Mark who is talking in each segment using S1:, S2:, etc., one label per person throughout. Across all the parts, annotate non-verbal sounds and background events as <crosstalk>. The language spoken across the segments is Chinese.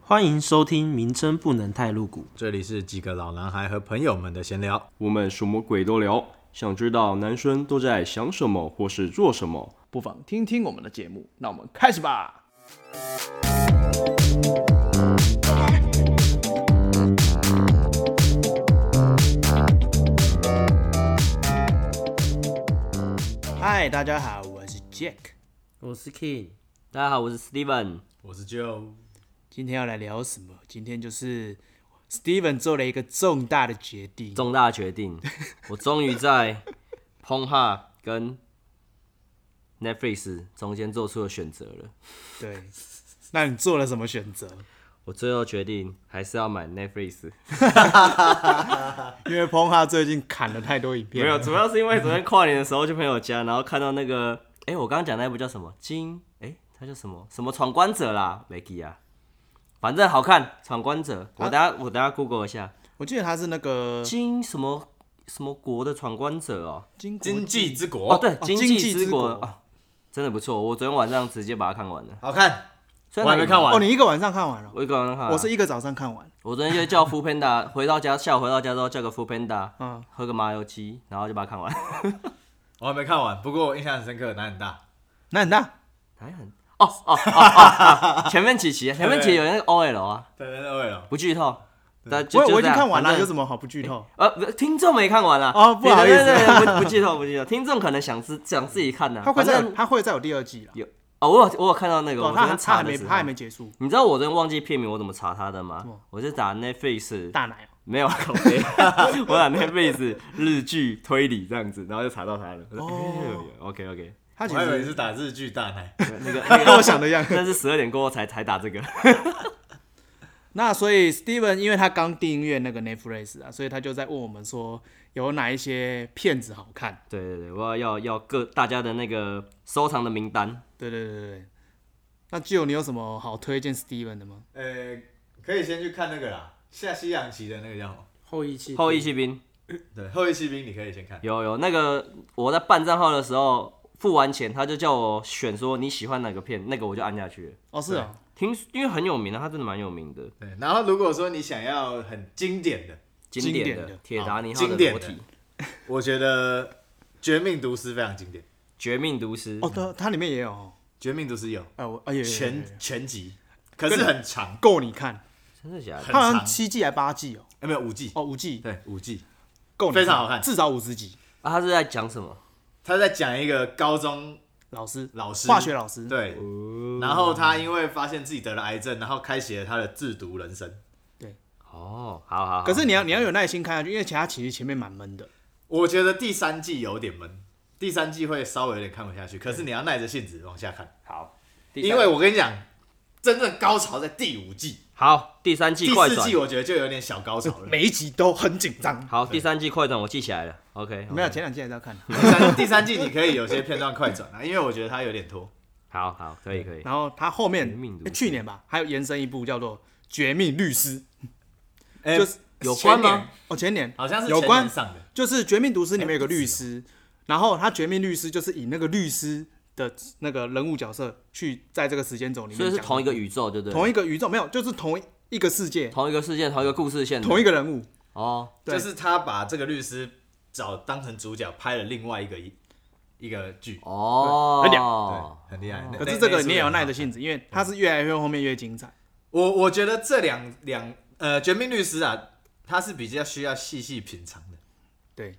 S1: 欢迎收听，名称不能太露骨。
S2: 这里是几个老男孩和朋友们的闲聊。
S3: 我们什么鬼都聊，想知道男生都在想什么或是做什么。
S4: 不妨听听我们的节目。那我们开始吧。
S1: 嗨，大家好，我是 Jack，我是 King。
S3: 大家好，我是 Steven。
S2: 我是 Joe，
S1: 今天要来聊什么？今天就是 Steven 做了一个重大的决
S3: <laughs>
S1: 定，
S3: 重大决定，我终于在 p o n h a 跟 Netflix 中间做出了选择了。
S1: 对，那你做了什么选择？
S3: 我最后决定还是要买 Netflix。
S1: 因为 p o n h 最近砍了太多影
S3: 没
S1: 片了，
S3: 有，主要是因为昨天跨年的时候去朋友家，然后看到那个， <laughs> 哎、我刚刚讲那部叫什么？金，哎、它叫什么？什么闯关者啦，没记啊。反正好看，《闯关者》我等下、我等下 Google 一下，
S1: 我记得他是那个
S3: 金什么什么国的闯关者哦、
S1: 金国
S2: 经济之国
S3: 哦，对，《经
S1: 经
S3: 济
S1: 济
S3: 之
S1: 之
S3: 国》
S1: 国
S3: 啊，真的不错。我昨天晚上直接把它看完了，
S2: 好看，
S3: 虽然
S2: 我还
S3: 它
S2: 没
S3: 也
S2: 看完
S1: 哦，你一个晚上看完了，
S3: 我一个人看啊。
S1: 我是一个早上看完。
S3: 我昨天就叫 f o o Panda，回 <laughs> 到家下午回到家之后叫个 f o o Panda，
S1: 嗯
S3: 喝个麻油鸡，然后就把它看
S1: <laughs>
S3: 完。
S2: 我还没看完，不过我印象很深刻，难很大。
S1: 那很大，
S3: 哪有很？哦哦哦哦！哦 <laughs> 前面几集，前面几集有那个 OL 啊，
S2: 对对对了，
S3: 不剧透。但就
S1: 我
S3: 就
S1: 我
S3: 这
S1: 已经
S3: 样
S1: 看完了，
S3: 反
S1: 有
S3: 正
S1: 什么好不剧透？
S3: 呃，不听众没看完啊。
S1: 哦不好意
S3: 对
S1: 思
S3: 对对对不不剧透，不剧透。听众可能想自想自己看呢。
S1: 他会
S3: 反
S1: 在
S3: 正
S1: 他会在有第二季了，
S3: 有哦，我有我有看到那个，我
S1: 哦
S3: 昨
S1: 他还
S3: 天
S1: 他
S3: 查
S1: 还
S3: 的
S1: 没
S3: 时
S1: 他还
S3: 候。
S1: 没结束。
S3: 你知道我昨天忘记片名，我怎么查它的
S1: 什么
S3: 吗？我是打 Netflix，
S1: 大奶哦，
S3: 没有口碑，我打 Netflix 日剧推理这样子，然后就查到它了。
S1: 哦
S3: 哦，OK OK，
S1: 他其
S2: 我还以为
S1: 实
S2: 是打日剧大奶。
S3: 那个
S1: 跟 <laughs> 我想的一样。
S3: 但是十二点过后才才打这个。
S1: 那所以 Steven 因为他刚订阅那个 Netflix 啊，所以他就在问我们说有哪一些片子好看。
S3: 对对对，我要要要各大家的那个收藏的名单。
S1: 对对对对对。那具有你有什么好推荐 Steven 的吗？
S2: 呃，可以先去看那个啦，下西洋棋的那个叫什么？
S1: 后羿弃
S3: 后羿弃兵
S2: 对，后羿骑兵你可以先看。
S3: 有有那个我在办账号的时候付完钱，他就叫我选说你喜欢哪个片，那个我就按下去了。
S1: 哦是哦，
S3: 听，因为很有名啊，他真的蛮有名的，
S2: 对，然后如果说你想要很经典的，
S3: 经
S1: 经
S3: 典
S1: 典
S3: 的
S1: 的
S3: 《铁达尼号》
S2: 经
S3: 的
S2: 典
S3: 裸
S2: 的
S3: 体，《
S2: 我觉得《绝命毒师》非常经典，《
S3: 绝命毒师》
S1: 哦对，它里面也有哦。
S2: 绝命毒师》有
S1: 哎我哎有有有有有
S2: 全全集，可是很长，
S1: 够你看，
S3: 真的假的？
S2: 很
S1: 它好像
S2: 长，
S1: 七季还八季哦，
S2: 哎有没有五季？
S1: 哦五季
S2: 对，五季。
S1: 够你
S2: 非常好看
S1: 至少五十集。
S3: 啊，他是在讲什么？
S2: 他在讲一个高中
S1: 老师
S2: 老师，
S1: 化学老师，
S2: 对，
S1: 哦
S2: 然后他因为发现自己得了癌症，然后开启了他的制毒人生。
S3: 哦，好好好。
S1: 可是你要你要有耐心看下去，因为其他其实前面蛮闷的。
S2: 我觉得第三季有点闷，第三季会稍微有点看不下去，可是你要耐着性子往下看，
S3: 好，第三
S2: 因为我跟你讲，真正高潮在第五季、
S3: 好第三季
S2: 第
S3: 快
S2: 四
S3: 转
S2: 季，，我觉得就有点小高潮了。
S1: 每一集都很紧张。
S3: 好第三季快转，我记起来了。OK，
S1: 没有，前两季还是要看。
S2: 第三第三季你可以有些片段快转啊，因为我觉得它有点拖。
S3: 好好可以可以。
S1: 然后他后面
S3: 绝命毒师
S1: 诶去年吧，还有延伸一部叫做《绝命律师》，
S2: 哎
S1: 就是
S3: 有关吗？
S1: 哦前年
S2: 好像是
S1: 有
S2: 前年
S1: 关，
S2: 上的，
S1: 就是《绝命毒师》里面有个
S2: 不止哦
S1: 律师，然后他《绝命律师》就是以那个律师的那个人物角色去在这个时间轴里面
S3: 所以
S1: 讲，
S3: 是同一个宇宙，对不对？
S1: 同一个宇宙，没有，就是同一个世界，
S3: 同一个事件，同一个故事线的，
S1: 同一个人物。
S3: 哦，
S1: 对
S2: 就是他把这个律师找当成主角，拍了另外一个一一个剧，
S3: 哦，
S1: 很
S2: 哦对，很厉害。那
S1: 哦可
S2: 那
S1: 是这
S2: 那
S1: 个
S2: 出
S1: 你
S2: 很
S1: 也要
S2: 好
S1: 耐着性子，因为他是越来越后面越精彩。
S2: 我我觉得这两两呃《绝命律师》啊，它是比较需要细细品尝的，
S1: 对，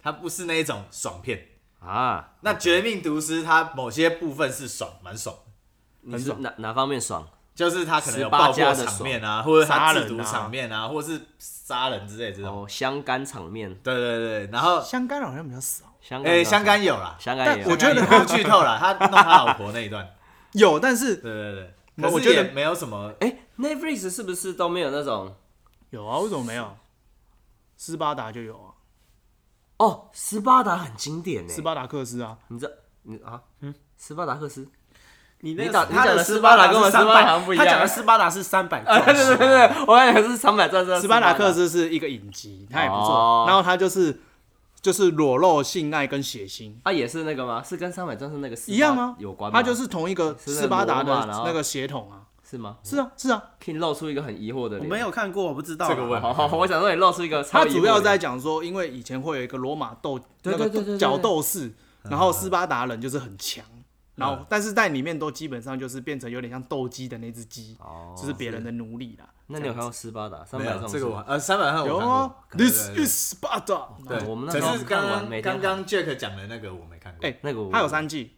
S2: 它不是那一种爽片。
S3: 啊，
S2: 那《绝命毒师》它某些部分是爽，蛮爽的，
S3: 你是哪哪方面爽？
S2: 就是它可能有
S3: 18
S2: 爆
S3: 加
S2: 破
S3: 的
S2: 场面啊，或者
S1: 杀
S2: 它
S1: 人啊
S2: 制毒场面啊，或是杀人之类这种。
S3: 哦，香干场面，
S2: 对对对，然后
S1: 香港好像比较少，
S3: 香干，
S2: 诶，香，干有啦，
S3: 香干也有，
S1: 我觉得
S2: 香干有不剧透了，他弄他老婆那一段。
S1: 有，但是
S2: 对对对，
S1: 我
S2: 可是
S1: 我觉得
S2: 也没有什么。
S3: 哎，Netflix 是不是都没有那种？
S1: 有啊，为什么没有？斯巴达就有啊，
S3: 哦，斯巴达很经典呢
S1: 斯，巴达克斯啊，
S3: 你这你啊，嗯，斯巴达克斯，
S5: 你
S3: 你
S5: 那
S3: 打
S5: 个
S3: 你讲的
S5: 斯
S3: 斯巴达
S5: 达
S3: 跟我
S5: 是
S3: 斯巴
S5: 三
S3: 达好像不
S5: 百，
S3: 一样啊
S5: 他讲的斯巴达是三百壮士，
S3: <laughs> 对对对，我感觉是三百战士，
S1: 斯巴达克斯是一个影集，它也不错。
S3: 哦
S1: 然后它就是就是裸露性爱跟血腥
S3: 啊，也是那个吗？是跟三百战士那个斯巴
S1: 一样吗？啊
S3: 有关吗？
S1: 它就是同一个
S3: 是那个
S1: 斯巴达
S3: 罗马
S1: 的
S3: 然后
S1: 那个血统啊。
S3: 是吗
S1: 是啊，是啊，
S3: ？King 露出一个很疑惑的
S5: 我
S3: 脸。
S5: 没有看过，我不知道啊。
S2: 这个问
S3: 好，好好，我想说你露出一个超
S1: 他
S3: 疑惑的
S1: 主要
S3: 脸
S1: 在讲说，因为以前会有一个罗马斗
S3: 对
S1: 那个
S3: 对对对对
S1: 角斗士，
S2: 嗯
S1: 然后斯巴达人就是很强，然后但是在里面都基本上就是变成有点像斗鸡的那只鸡，
S3: 哦
S1: 就是别人的奴隶啦。
S3: 那你有看过斯巴达三
S2: 没
S3: 百
S2: 有
S3: 壮士？
S2: 这个我呃三百汉
S1: 有
S2: 我看过
S1: 啊，
S2: 对
S1: ，This
S2: 对对
S1: is Sparta。
S2: 对，
S3: 啊我们那
S2: 可
S3: 时候
S2: 是
S3: 看
S2: 刚
S3: 完
S2: 刚
S3: 每
S2: 刚
S3: 天
S2: 刚 Jack 讲的那个我没看过，
S1: 哎
S3: 那个我
S1: 它有三季，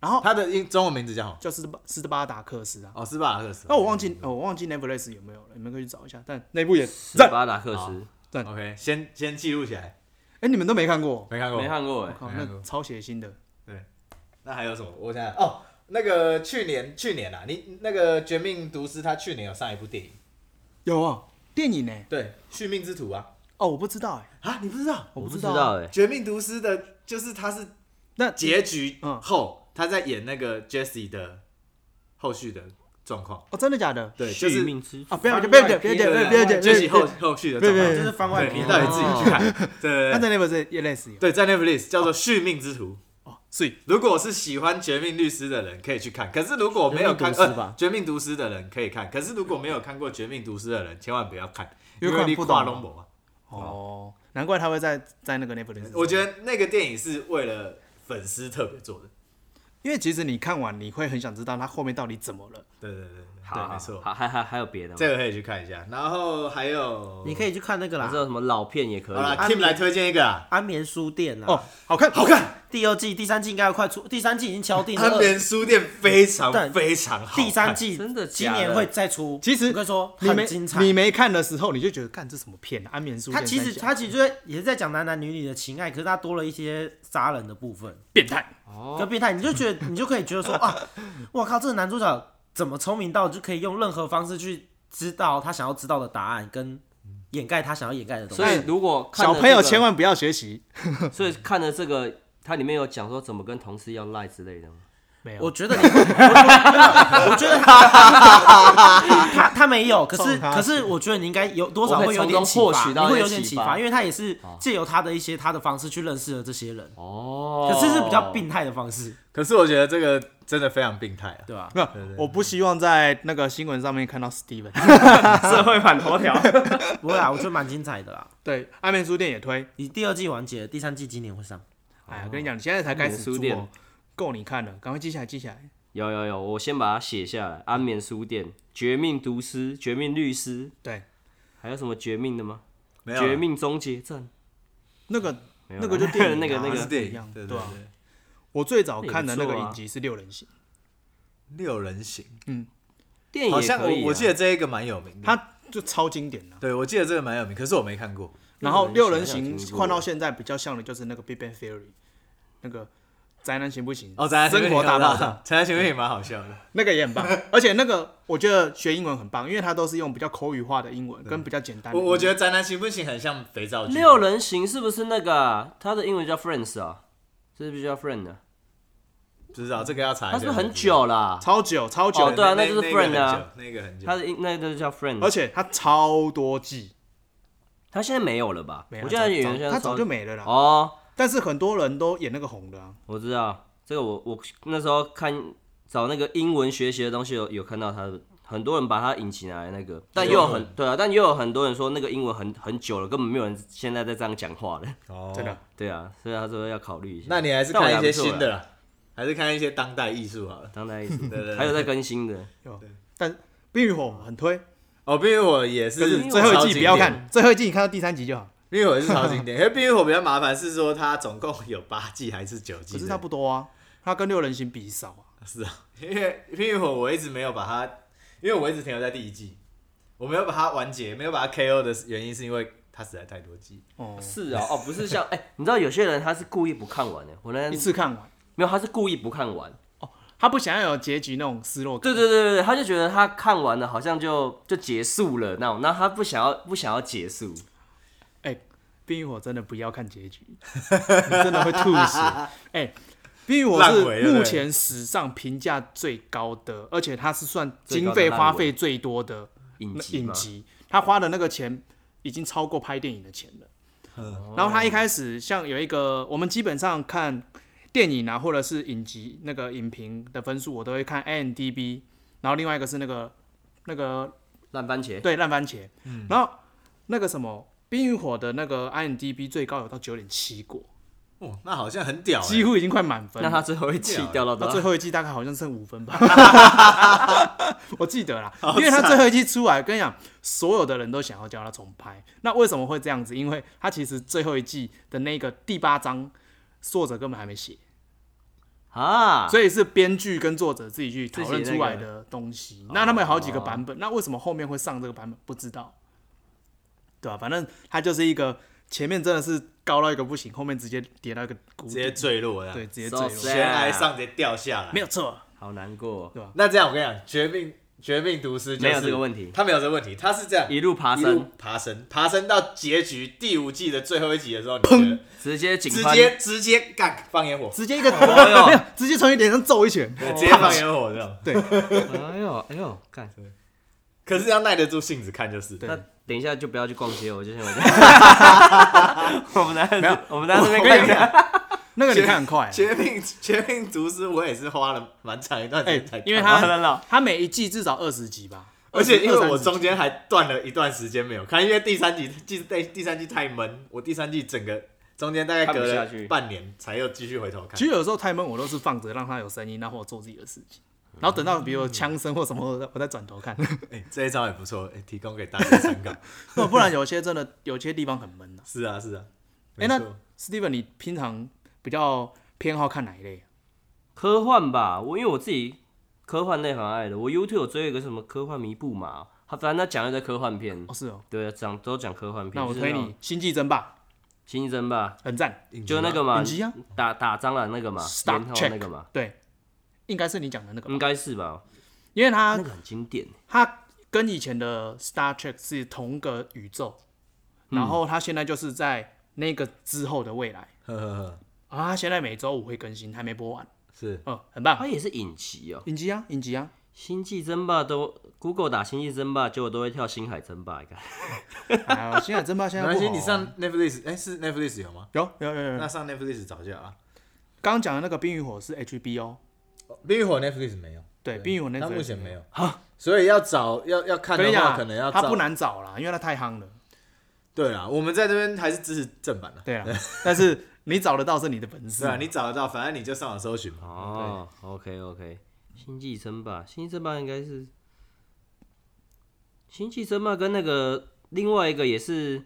S1: 然后
S2: 他的英中文名字叫什么？
S1: 叫斯巴斯巴达克斯啊。
S2: 哦，斯巴达克斯。
S1: 那我忘记，哦我忘记 Netflix 有没有了，你们可以去找一下。但那部也
S3: 斯
S1: 赞，
S3: 巴达克斯，
S2: 嗯 OK，先先记录起来，
S1: 哎，你们都没看过，
S2: 没看过
S3: 没。看过哎，
S1: 靠，
S2: 没看过
S1: 那超血腥的。
S2: 那还有什么？我想想哦，那个去年去年啊，你那个《绝命毒师》他去年有上一部电影，
S1: 有啊，电影呢？
S2: 对，《续命之徒》啊。
S1: 哦，我不知道哎，
S2: 啊，你不知道
S1: 我
S3: 我不
S1: 知
S3: 知
S1: 道
S3: 道
S1: 啊。
S3: 哎，
S2: 《绝命毒师》的，就是他是
S1: 那
S2: 结局
S1: 嗯
S2: 后，他在演那个 Jesse 的后续的状况。
S1: 哦，真的假的？
S2: 对，就
S3: 续
S2: 是
S3: 命之
S1: 啊，不要剪，不要剪，不要剪，不要剪，不要
S2: Jesse
S1: 剪。
S2: 后后续的状
S1: 别别
S2: 况
S1: 别。
S5: 就是番外
S2: 对，你
S5: 篇
S2: 到底自己去
S1: <laughs>
S2: 看。对
S1: 他
S2: 对
S1: 在
S2: 对，
S1: 那部是也类似有。
S2: 对，在 Netflix 叫做《续命之徒》。
S1: 所以
S2: 哦如果是喜欢《绝命律师》的人，可以去看。可是如果没有看
S3: 绝命毒
S2: 呃
S3: 师
S2: 《
S3: 吧
S2: 绝命毒师》的人可以看。可是如果没有看过《绝命毒师》的人，千万不要看，
S1: 因为
S2: 因
S1: 看
S2: 你
S1: 不
S2: 跨
S1: 懂
S2: 龙博啊。
S1: 哦，难怪他会在在那个 Netflix。
S2: 我觉
S1: 得，
S2: 得那个电影是为了粉丝特别做的。
S1: 因为其实你看完，你会很想知道他后面到底怎么了。
S2: 对对对对，
S3: 好，
S2: 对，没错。
S3: 好还还还有别的吗？
S2: 这个可以去看一下，然后还有，
S5: 你可以去看那个
S3: 还
S5: 啦
S3: 是，有什么老片也可以
S2: 好啦
S3: 啊。
S2: ，Kim 来推荐一个啊，
S5: 安眠书店啊。
S1: 哦，好看，
S2: 好看，
S5: 第二季、第三季应该要快出，第三季已经敲定
S2: 安
S5: 了。
S2: 眠书店非
S5: 对
S2: 常非常好看，
S5: 第三季
S3: 真的
S5: 今
S3: 假
S5: 年
S3: 的
S5: 会再出。
S1: 其实
S5: 我跟你说
S1: 你
S5: 很
S1: 没
S5: 精彩。
S1: 你没看的时候，你就觉得干这什么片啊？安眠书
S5: 他
S1: 店
S5: 其实 <laughs>
S1: 三小
S5: 他其实就在也是在讲男男女女的情爱，可是他多了一些杀人的部分
S1: 变态，
S5: 跟变态，你就觉得你就可以觉得说啊，我靠，这个男主角怎么聪明到就可以用任何方式去知道他想要知道的答案，跟掩盖他想要掩盖的东西。
S3: 所以如果看了
S1: 小朋友
S3: 这个
S1: 千，万不要学习。
S3: 所以看了这个，它里面有讲说怎么跟同事要赖之类的吗？
S1: 没
S5: 我，觉得你，我觉得我觉得他他他没有，可是
S1: 冲他
S5: 可是我觉得你应该有多少
S3: 我可
S5: 会
S3: 以
S5: 有
S3: 从
S5: 点
S3: 中
S5: 启
S3: 获
S5: 发，
S3: 取
S5: 你
S3: 到一
S5: 会
S3: 些
S5: 有点
S3: 启
S5: 启
S3: 发
S5: 发，因为他也是借由他的一些他的方式去认识了这些人，
S3: 哦
S5: 可是是比较病态的方式，
S2: 可是我觉得这个真的非常病态啊。
S5: 对吧？
S1: 没有，我不希望在那个新闻上面看到 Steven。
S3: 社会版头条。
S5: 不会啊，我觉得蛮精彩的啦。
S1: 对，安眠书店也推。
S5: 你第二季完结，第三季今年会上。
S1: 哎呀，跟你讲，你现在才开始
S3: 安眠
S1: 做
S3: 书店，
S1: 够你看了，赶快记下来，记下来。
S3: 有有有，我先把它写下来。安眠书店、绝命毒师、绝命律师，
S1: 对，
S3: 还有什么绝命的吗？
S2: 没有啊，
S3: 绝命终结战。
S1: 那个
S3: 没有
S1: 那个就
S3: 啦
S1: 电影
S3: 那个
S1: 啊
S3: 那
S2: 不
S1: 是
S2: 是
S3: 个
S2: 电
S1: 不一样
S2: 影，对
S1: 对
S2: 对
S1: 啊
S2: 对，
S1: 我最早看的那个
S3: 也不错啊
S1: 影集是六人行，
S2: 六人行，
S3: 电影
S2: 好
S3: 也
S2: 像
S3: 可以啊
S2: 我我记得这一个蛮有名的，
S1: 它就超经典的。
S2: 对我记得这个蛮有名，可是我没看
S3: <laughs>
S2: 过。
S1: 然后六
S3: 六
S1: 人
S3: 人行
S1: 行
S3: 好像有听过
S1: 换到现在比较像的就是那个《Big Bang Theory》，那个宅男行不行？
S2: 哦，宅男
S1: 生活大爆炸，，
S2: 宅男行不行蛮好笑的。
S1: 那个也很棒。而且那个我觉得学英文很棒，因为它都是用比较口语化的英文跟比较简单的
S2: 我
S1: 英文。
S2: 我觉得宅男行不行很像肥皂剧。
S3: 六人行是不是那个啊？它的英文叫 Friends 啊？这是不是叫 Friend 啊？
S2: 不知道这个要查一下。
S3: 它是不是很久啦？
S1: 超久超久
S3: 哦，对啊
S2: 那
S3: 那就是
S2: 那个
S3: friend 啊
S2: 很久那个很久
S3: 它。的英那个叫 Friend，
S1: 而且它超多季，
S3: 它现在没有了吧？
S1: 没了
S3: 我记得演员
S1: 早
S3: 现在
S1: 它早就
S3: 超
S1: 没了啦。
S3: 哦，
S1: 但是很多人都演那个红的啊，
S3: 我知道这个我，我那时候看找那个英文学习的东西有有看到他的，很多人把它引进来那个，但也有
S2: 有
S3: 很对啊，但也有很多人说那个英文很很久了，根本没有人现在在这样讲话了。
S2: 哦
S1: 真的。
S3: <laughs> 对啊，所以他说要考虑一下。
S2: 那你还是
S3: 但我
S2: 看一
S3: 还
S2: 些
S3: 不错啦
S2: 新的啦，还是看一些当代艺术好了。
S3: 当代艺 <laughs> 术，
S2: 对对
S3: 还有在更新的，
S1: 但《冰与火》很推，
S2: 哦，冰与火也
S1: 可是
S2: 是
S1: 最后
S2: 超
S1: 一
S2: 经
S1: 季不要
S2: 典，
S1: 看，最后一季你看到第三集就好。
S2: 冰与火也是超经典。可是冰与火比较麻烦是说它总共有八季还是九季？
S1: 可是它不多啊，它跟六人行比少啊。
S2: 是啊，因为《冰与火》我一直没有把它，因为我一直停留在第一季，我没有把它完结，没有把它 KO 的原因是因为它实在太多季。
S1: 哦，
S3: 是啊，哦，不是像哎、你知道有些人他是故意不看完的，我那
S1: 一
S3: 天
S1: 次看完，
S3: 没有，他是故意不看完。
S1: 他不想要有结局那种失落感。
S3: 对对对对对，他就觉得他看完了好像就就结束了那种，那他不想要不想要结束。
S1: 哎、冰与火》真的不要看结局，你真的会吐血。
S2: <laughs>
S1: 哎、冰与火》
S2: 烂尾对
S1: 是
S2: 不对
S1: 目前史上评价最高的，而且它是算
S3: 最
S1: 经
S3: 高的
S1: 费
S3: 烂
S1: 花
S3: 尾
S1: 费最多的
S3: 影
S1: 那
S3: 集
S1: 影
S3: 吗
S1: 集，他花的那个钱已经超过拍电影的钱了。
S2: 嗯
S1: 然后他一开始像有一个，我们基本上看电影啊，或者是影集那个影评的分数，我都会看 IMDB，然后另外一个是那个那个
S3: 烂番茄，
S1: 对烂番茄，
S3: 嗯
S1: 然后那个什么《冰与火》的那个 IMDB 最高有到九点七过，
S2: 哦，那好像很屌、欸，
S1: 几乎已经快满分
S3: 那
S1: 了。
S3: 啊他最后一季掉到
S1: 他
S3: 多
S1: 最
S3: 少？
S1: 后一季大概好像剩五
S3: <laughs>
S1: 分吧，我记得啦，因为他最后一季出来，跟你讲，所有的人都想要叫他重拍。那为什么会这样子？因为他其实最后一季的那个第八章，作者根本还没写，
S3: 啊，
S1: 所以是编剧跟作者自己去讨论
S3: 自己那
S1: 出
S3: 个
S1: 来的东西。那他们有好几个版
S2: 哦
S1: 本，那为什么后面会上这个版本？不知道，对吧、反正他就是一个前面真的是高到一个不行，后面直接跌到一个谷
S2: 直接
S1: 底，
S2: 坠落了，
S1: 对，，直接
S3: So
S1: 坠落，
S3: sad
S2: 悬崖上直接掉下来。
S1: 没有
S2: <laughs>
S1: 错。
S3: 好难过，
S2: 那这样我跟你讲，《绝命绝命毒师》就是
S3: 没有这个问题
S2: 他没有这个问题，他是这样
S3: 一路爬
S2: 一路
S3: 升，
S2: 爬升，爬升到结局第五季的最后一集的时候，你觉得
S3: 直接警
S2: 直
S3: 翻，
S2: 接直接干放烟火，
S1: 直接
S2: <laughs>
S1: 一个
S3: 哎呦
S1: <laughs> 没有，直接从你脸上揍一拳。
S2: 对直接放烟火这种。
S3: 哎呦哎呦，干！
S2: 可是要耐得住性子看就是。
S1: 对
S3: 那等一下就不要去逛街，我就先我 <laughs> 就，我们在
S1: 没有
S3: 我们在这边
S1: 我跟
S3: 看
S1: 你
S3: 一下，
S1: 讲，那个你看很快，啊
S2: 绝命绝命毒师，我也是花了蛮长一段时
S1: 哎
S2: 间才看，
S1: 因为
S3: 好了
S1: 他
S3: 了
S1: 他每一季至少二十集吧，
S2: 而且因为
S1: 20
S2: 我中间还断了一段时间没有看，因为第三季第第第三季太闷，我第三季整个中间大概
S3: 看不
S2: 隔
S3: 下
S2: 了
S3: 去
S2: 半年才又继续回头看
S1: 其。实有时候太闷，我都是放着让它有声音，然后我做自己的事情，然后等到比如枪声或什么，我再我再转头看。
S2: 哎，这一招也不错，哎，提供给大家参
S1: <laughs>
S2: 考。
S1: 不不然有些真的有些地方很闷的。
S2: 是啊，是啊。没
S1: 哎，那
S2: 错
S1: Steven，你平常比较偏好看哪一类？
S3: 科幻吧，我因为我自己科幻类很爱的，我 YouTube 有追一个什么科幻迷步嘛，他反正他讲一堆科幻片
S2: 嗯
S1: 哦，，是哦，
S3: 对，讲都讲科幻片，
S2: 啊
S1: 那我
S3: 就是
S1: 推
S3: 种
S1: 你《星际争霸
S3: 星际争霸》，，
S1: 很赞，
S3: 就那个嘛
S1: 影，集啊
S3: 打打蟑螂那个嘛，
S1: ，Star
S3: 然后那
S1: Check
S3: 个嘛，，
S1: 对，应该是你讲的那个
S3: 应
S1: 吧，
S3: 该是吧，
S1: 因为它
S3: 那个很经典，
S1: 它跟以前的 Star Trek 是同个宇宙，
S2: 嗯
S1: 然后它现在就是在那个之后的未来
S2: 呵呵呵，
S1: 啊。它现在每周五会更新，还没播完，
S2: 是
S1: 嗯，很棒。
S3: 它也是影集哦，
S1: 影集啊，影集啊，
S3: 星际争霸都 Google 打星际争霸，结果都会跳星海争霸，你看，
S1: 哎呦，星海争霸现
S2: <laughs> 没
S1: 在
S2: 关
S1: 不好
S2: 系，
S1: 啊、嗯
S2: 你上 Netflix，哎，是 Netflix 有吗？
S1: 有有有有，
S2: 那
S1: 有
S2: 上 Netflix 找一下啊。
S1: 刚刚讲的那个《冰与火》是 HBO，
S2: 冰与火 Netflix 没有，
S1: 对，《冰与火》那
S2: 它
S1: 个
S2: 目前没有。所以要找要要看
S1: 跟
S2: 的
S1: 你
S2: 话，
S1: 讲，
S2: 可能要
S1: 它
S2: 找。
S1: 啊不难找啦，因为它太夯了。
S2: 对啦，我们在这边还是支持正版的。
S1: 对啊， <laughs> 但是你找得到是你的本事
S2: <laughs> 是。啊，你找得到，反正你就上网搜寻嘛。
S3: 哦，OK OK，星际争霸，星际争霸应该是星际争霸跟那个另外一个也是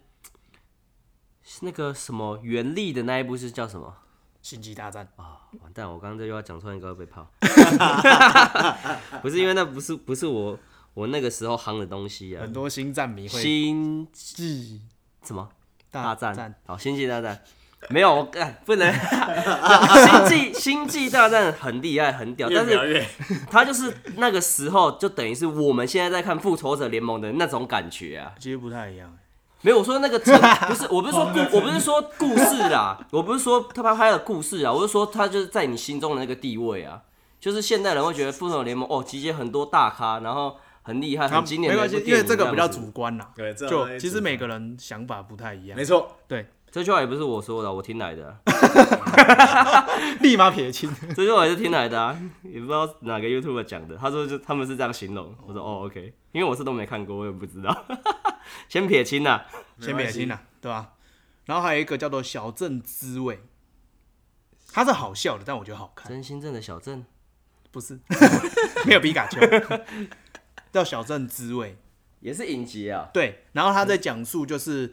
S3: 是那个什么原力的那一部是叫什么
S1: 星际大战，
S3: 啊？完蛋，我刚刚这句话讲出来应该会被泡。 <laughs> 不是因为那不是不是我我那个时候夯的东西啊
S1: 很，多星战迷呃会
S3: 星
S1: 际
S3: 什么？
S1: 大
S3: 战，好，星际大战。没有，我干不
S1: <laughs>
S3: 能。星际星际大战很厉害，很屌，
S2: 越
S3: 但是
S2: 描越
S3: 他就是那个时候，就等于是我们现在在看《复仇者联盟》的那种感觉啊。
S1: 其实不太一样。
S3: 没有，我说那个
S1: <laughs>
S3: 整不是，我不是
S2: 哦
S3: 说故，我不是说故事啦，我不是说他拍拍的故事啊，我是说他就是在你心中的那个地位啊。就是现代人会觉得《复仇者联盟》哦，集结很多大咖，然后很厉害，
S1: 他
S3: 很经典
S1: 没
S3: 的
S1: 关
S3: 一部
S1: 系，
S3: 电影
S1: 因为这个比较
S3: 样子
S1: 主观啦。
S2: 对这种东
S1: 就
S2: 西
S1: 其
S2: 主
S1: 实每个人想法不太一样
S2: 没。错，
S1: 对，
S3: 这句话也不是我说的，我听来的啊、
S1: 立马撇清。
S3: <laughs> 这句话也是听来的啊，也不知道哪个 YouTube 讲的。他说就他们是这样形容，我说哦 OK，因为我是都没看过，我也不知道。 <laughs> 先撇清啊啦、
S1: 先撇清啦，对吧、然后还有一个叫做《小镇滋味》，它是好笑的，但我觉得好看，
S3: 真心镇的小镇，
S1: 不是没有皮卡丘， <laughs> 叫《小镇滋味》。
S3: 也是影集啊。
S1: 对，然后他在讲述就是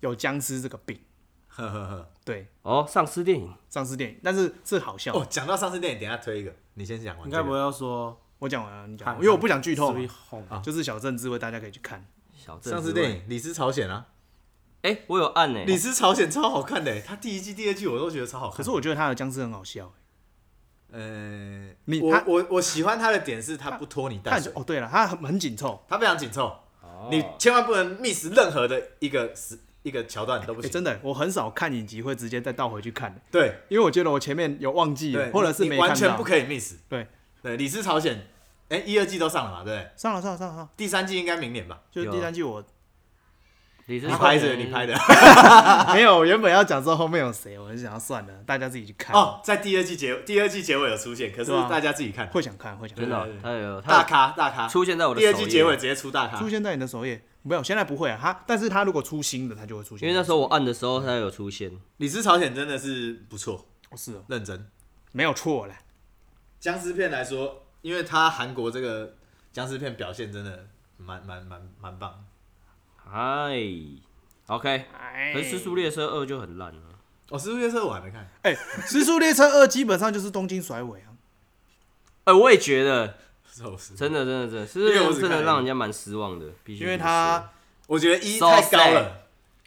S1: 有僵尸这个病，
S2: 呵呵呵。
S1: 对，
S3: 哦，丧尸电影，
S1: 丧尸电影，但是是好笑的。
S2: 哦，讲到上次电影，等一下推一个，你先讲完
S5: 你
S2: 这个。
S5: 该不会要说
S1: 我讲完了，你讲
S5: 看，
S1: 完，因为我不想剧透嘛，
S5: Sweet Home
S1: 就是《小镇滋味》，大家可以去看。
S3: 小镇
S2: 上次
S3: 之味
S2: 电，影《李斯朝鲜》啊，
S3: 哎、我有按哎、
S2: 《李斯朝鲜》超好看的，它第一季、第二季我都觉得超好看。
S1: 可是我觉得他的僵尸很好笑、
S2: 呃，
S1: 你
S2: 我
S1: 他
S2: 我我喜欢它的点是它不拖泥带
S1: 但
S2: 水，
S1: 哦，对了，他很很紧凑，
S2: 它非常紧凑，你千万不能 miss 任何的一个时一个桥段都不
S1: 哎、
S2: 行。
S1: 真的，我很少看影集会直接再倒回去看，
S2: 对
S1: 因为我觉得我前面有忘记了
S2: 对，，
S1: 或者是
S2: 你
S1: 没
S2: 完
S1: 看
S2: 全不
S1: 到。
S2: 可以 miss。
S1: 对，
S2: 对，《李斯朝鲜》哎，一、二季都上了嘛，对不对，
S1: 上了上了上了上了，
S2: 啊第三季应该明年吧。
S1: 就是
S3: 有
S1: 第三季我
S3: 你是
S2: 你拍的，你拍的。
S1: 没有，我原本要讲说后面有谁，我就想要算了，大家自己去看。
S2: <laughs> 哦，在第二季结第二季结尾有出现，可是
S1: 对啊
S2: 大家自己看。
S1: 会想看，会想看
S3: 真的哦
S2: 对对，对
S3: 他有
S2: 大
S3: 他
S2: 咖大咖
S3: 有出现在我的
S2: 第二
S3: 首
S2: 季
S3: 页
S2: 结尾，直接出大咖
S1: 出，现在你的首页。没有，现在不会啊。他，但是他如果出新的，他就会出现。
S3: 因为那时候我按的时候他有出现，
S2: 李斯朝鲜真的是不错，
S1: 哦是哦，
S2: 认真。
S1: 没有错嘞。
S2: 僵尸片来说，因为他韩国这个僵尸片表现真的蛮蛮蛮蛮棒。
S3: 嗨，OK，
S1: 哎
S3: 可是《失速列车二》就很烂了。
S2: 哦，《失速列车》我还没看，
S1: 哎，《时速列车二》基本上就是东京甩尾啊。
S3: 哎、我也觉得，
S2: 是我是
S3: 真的，真的，真的，是
S2: 因为我只
S3: 真
S2: 看
S3: 的
S2: 了
S3: 让人家蛮失望的，必须
S1: 因为他
S2: 我觉得一
S3: So
S2: 太高了，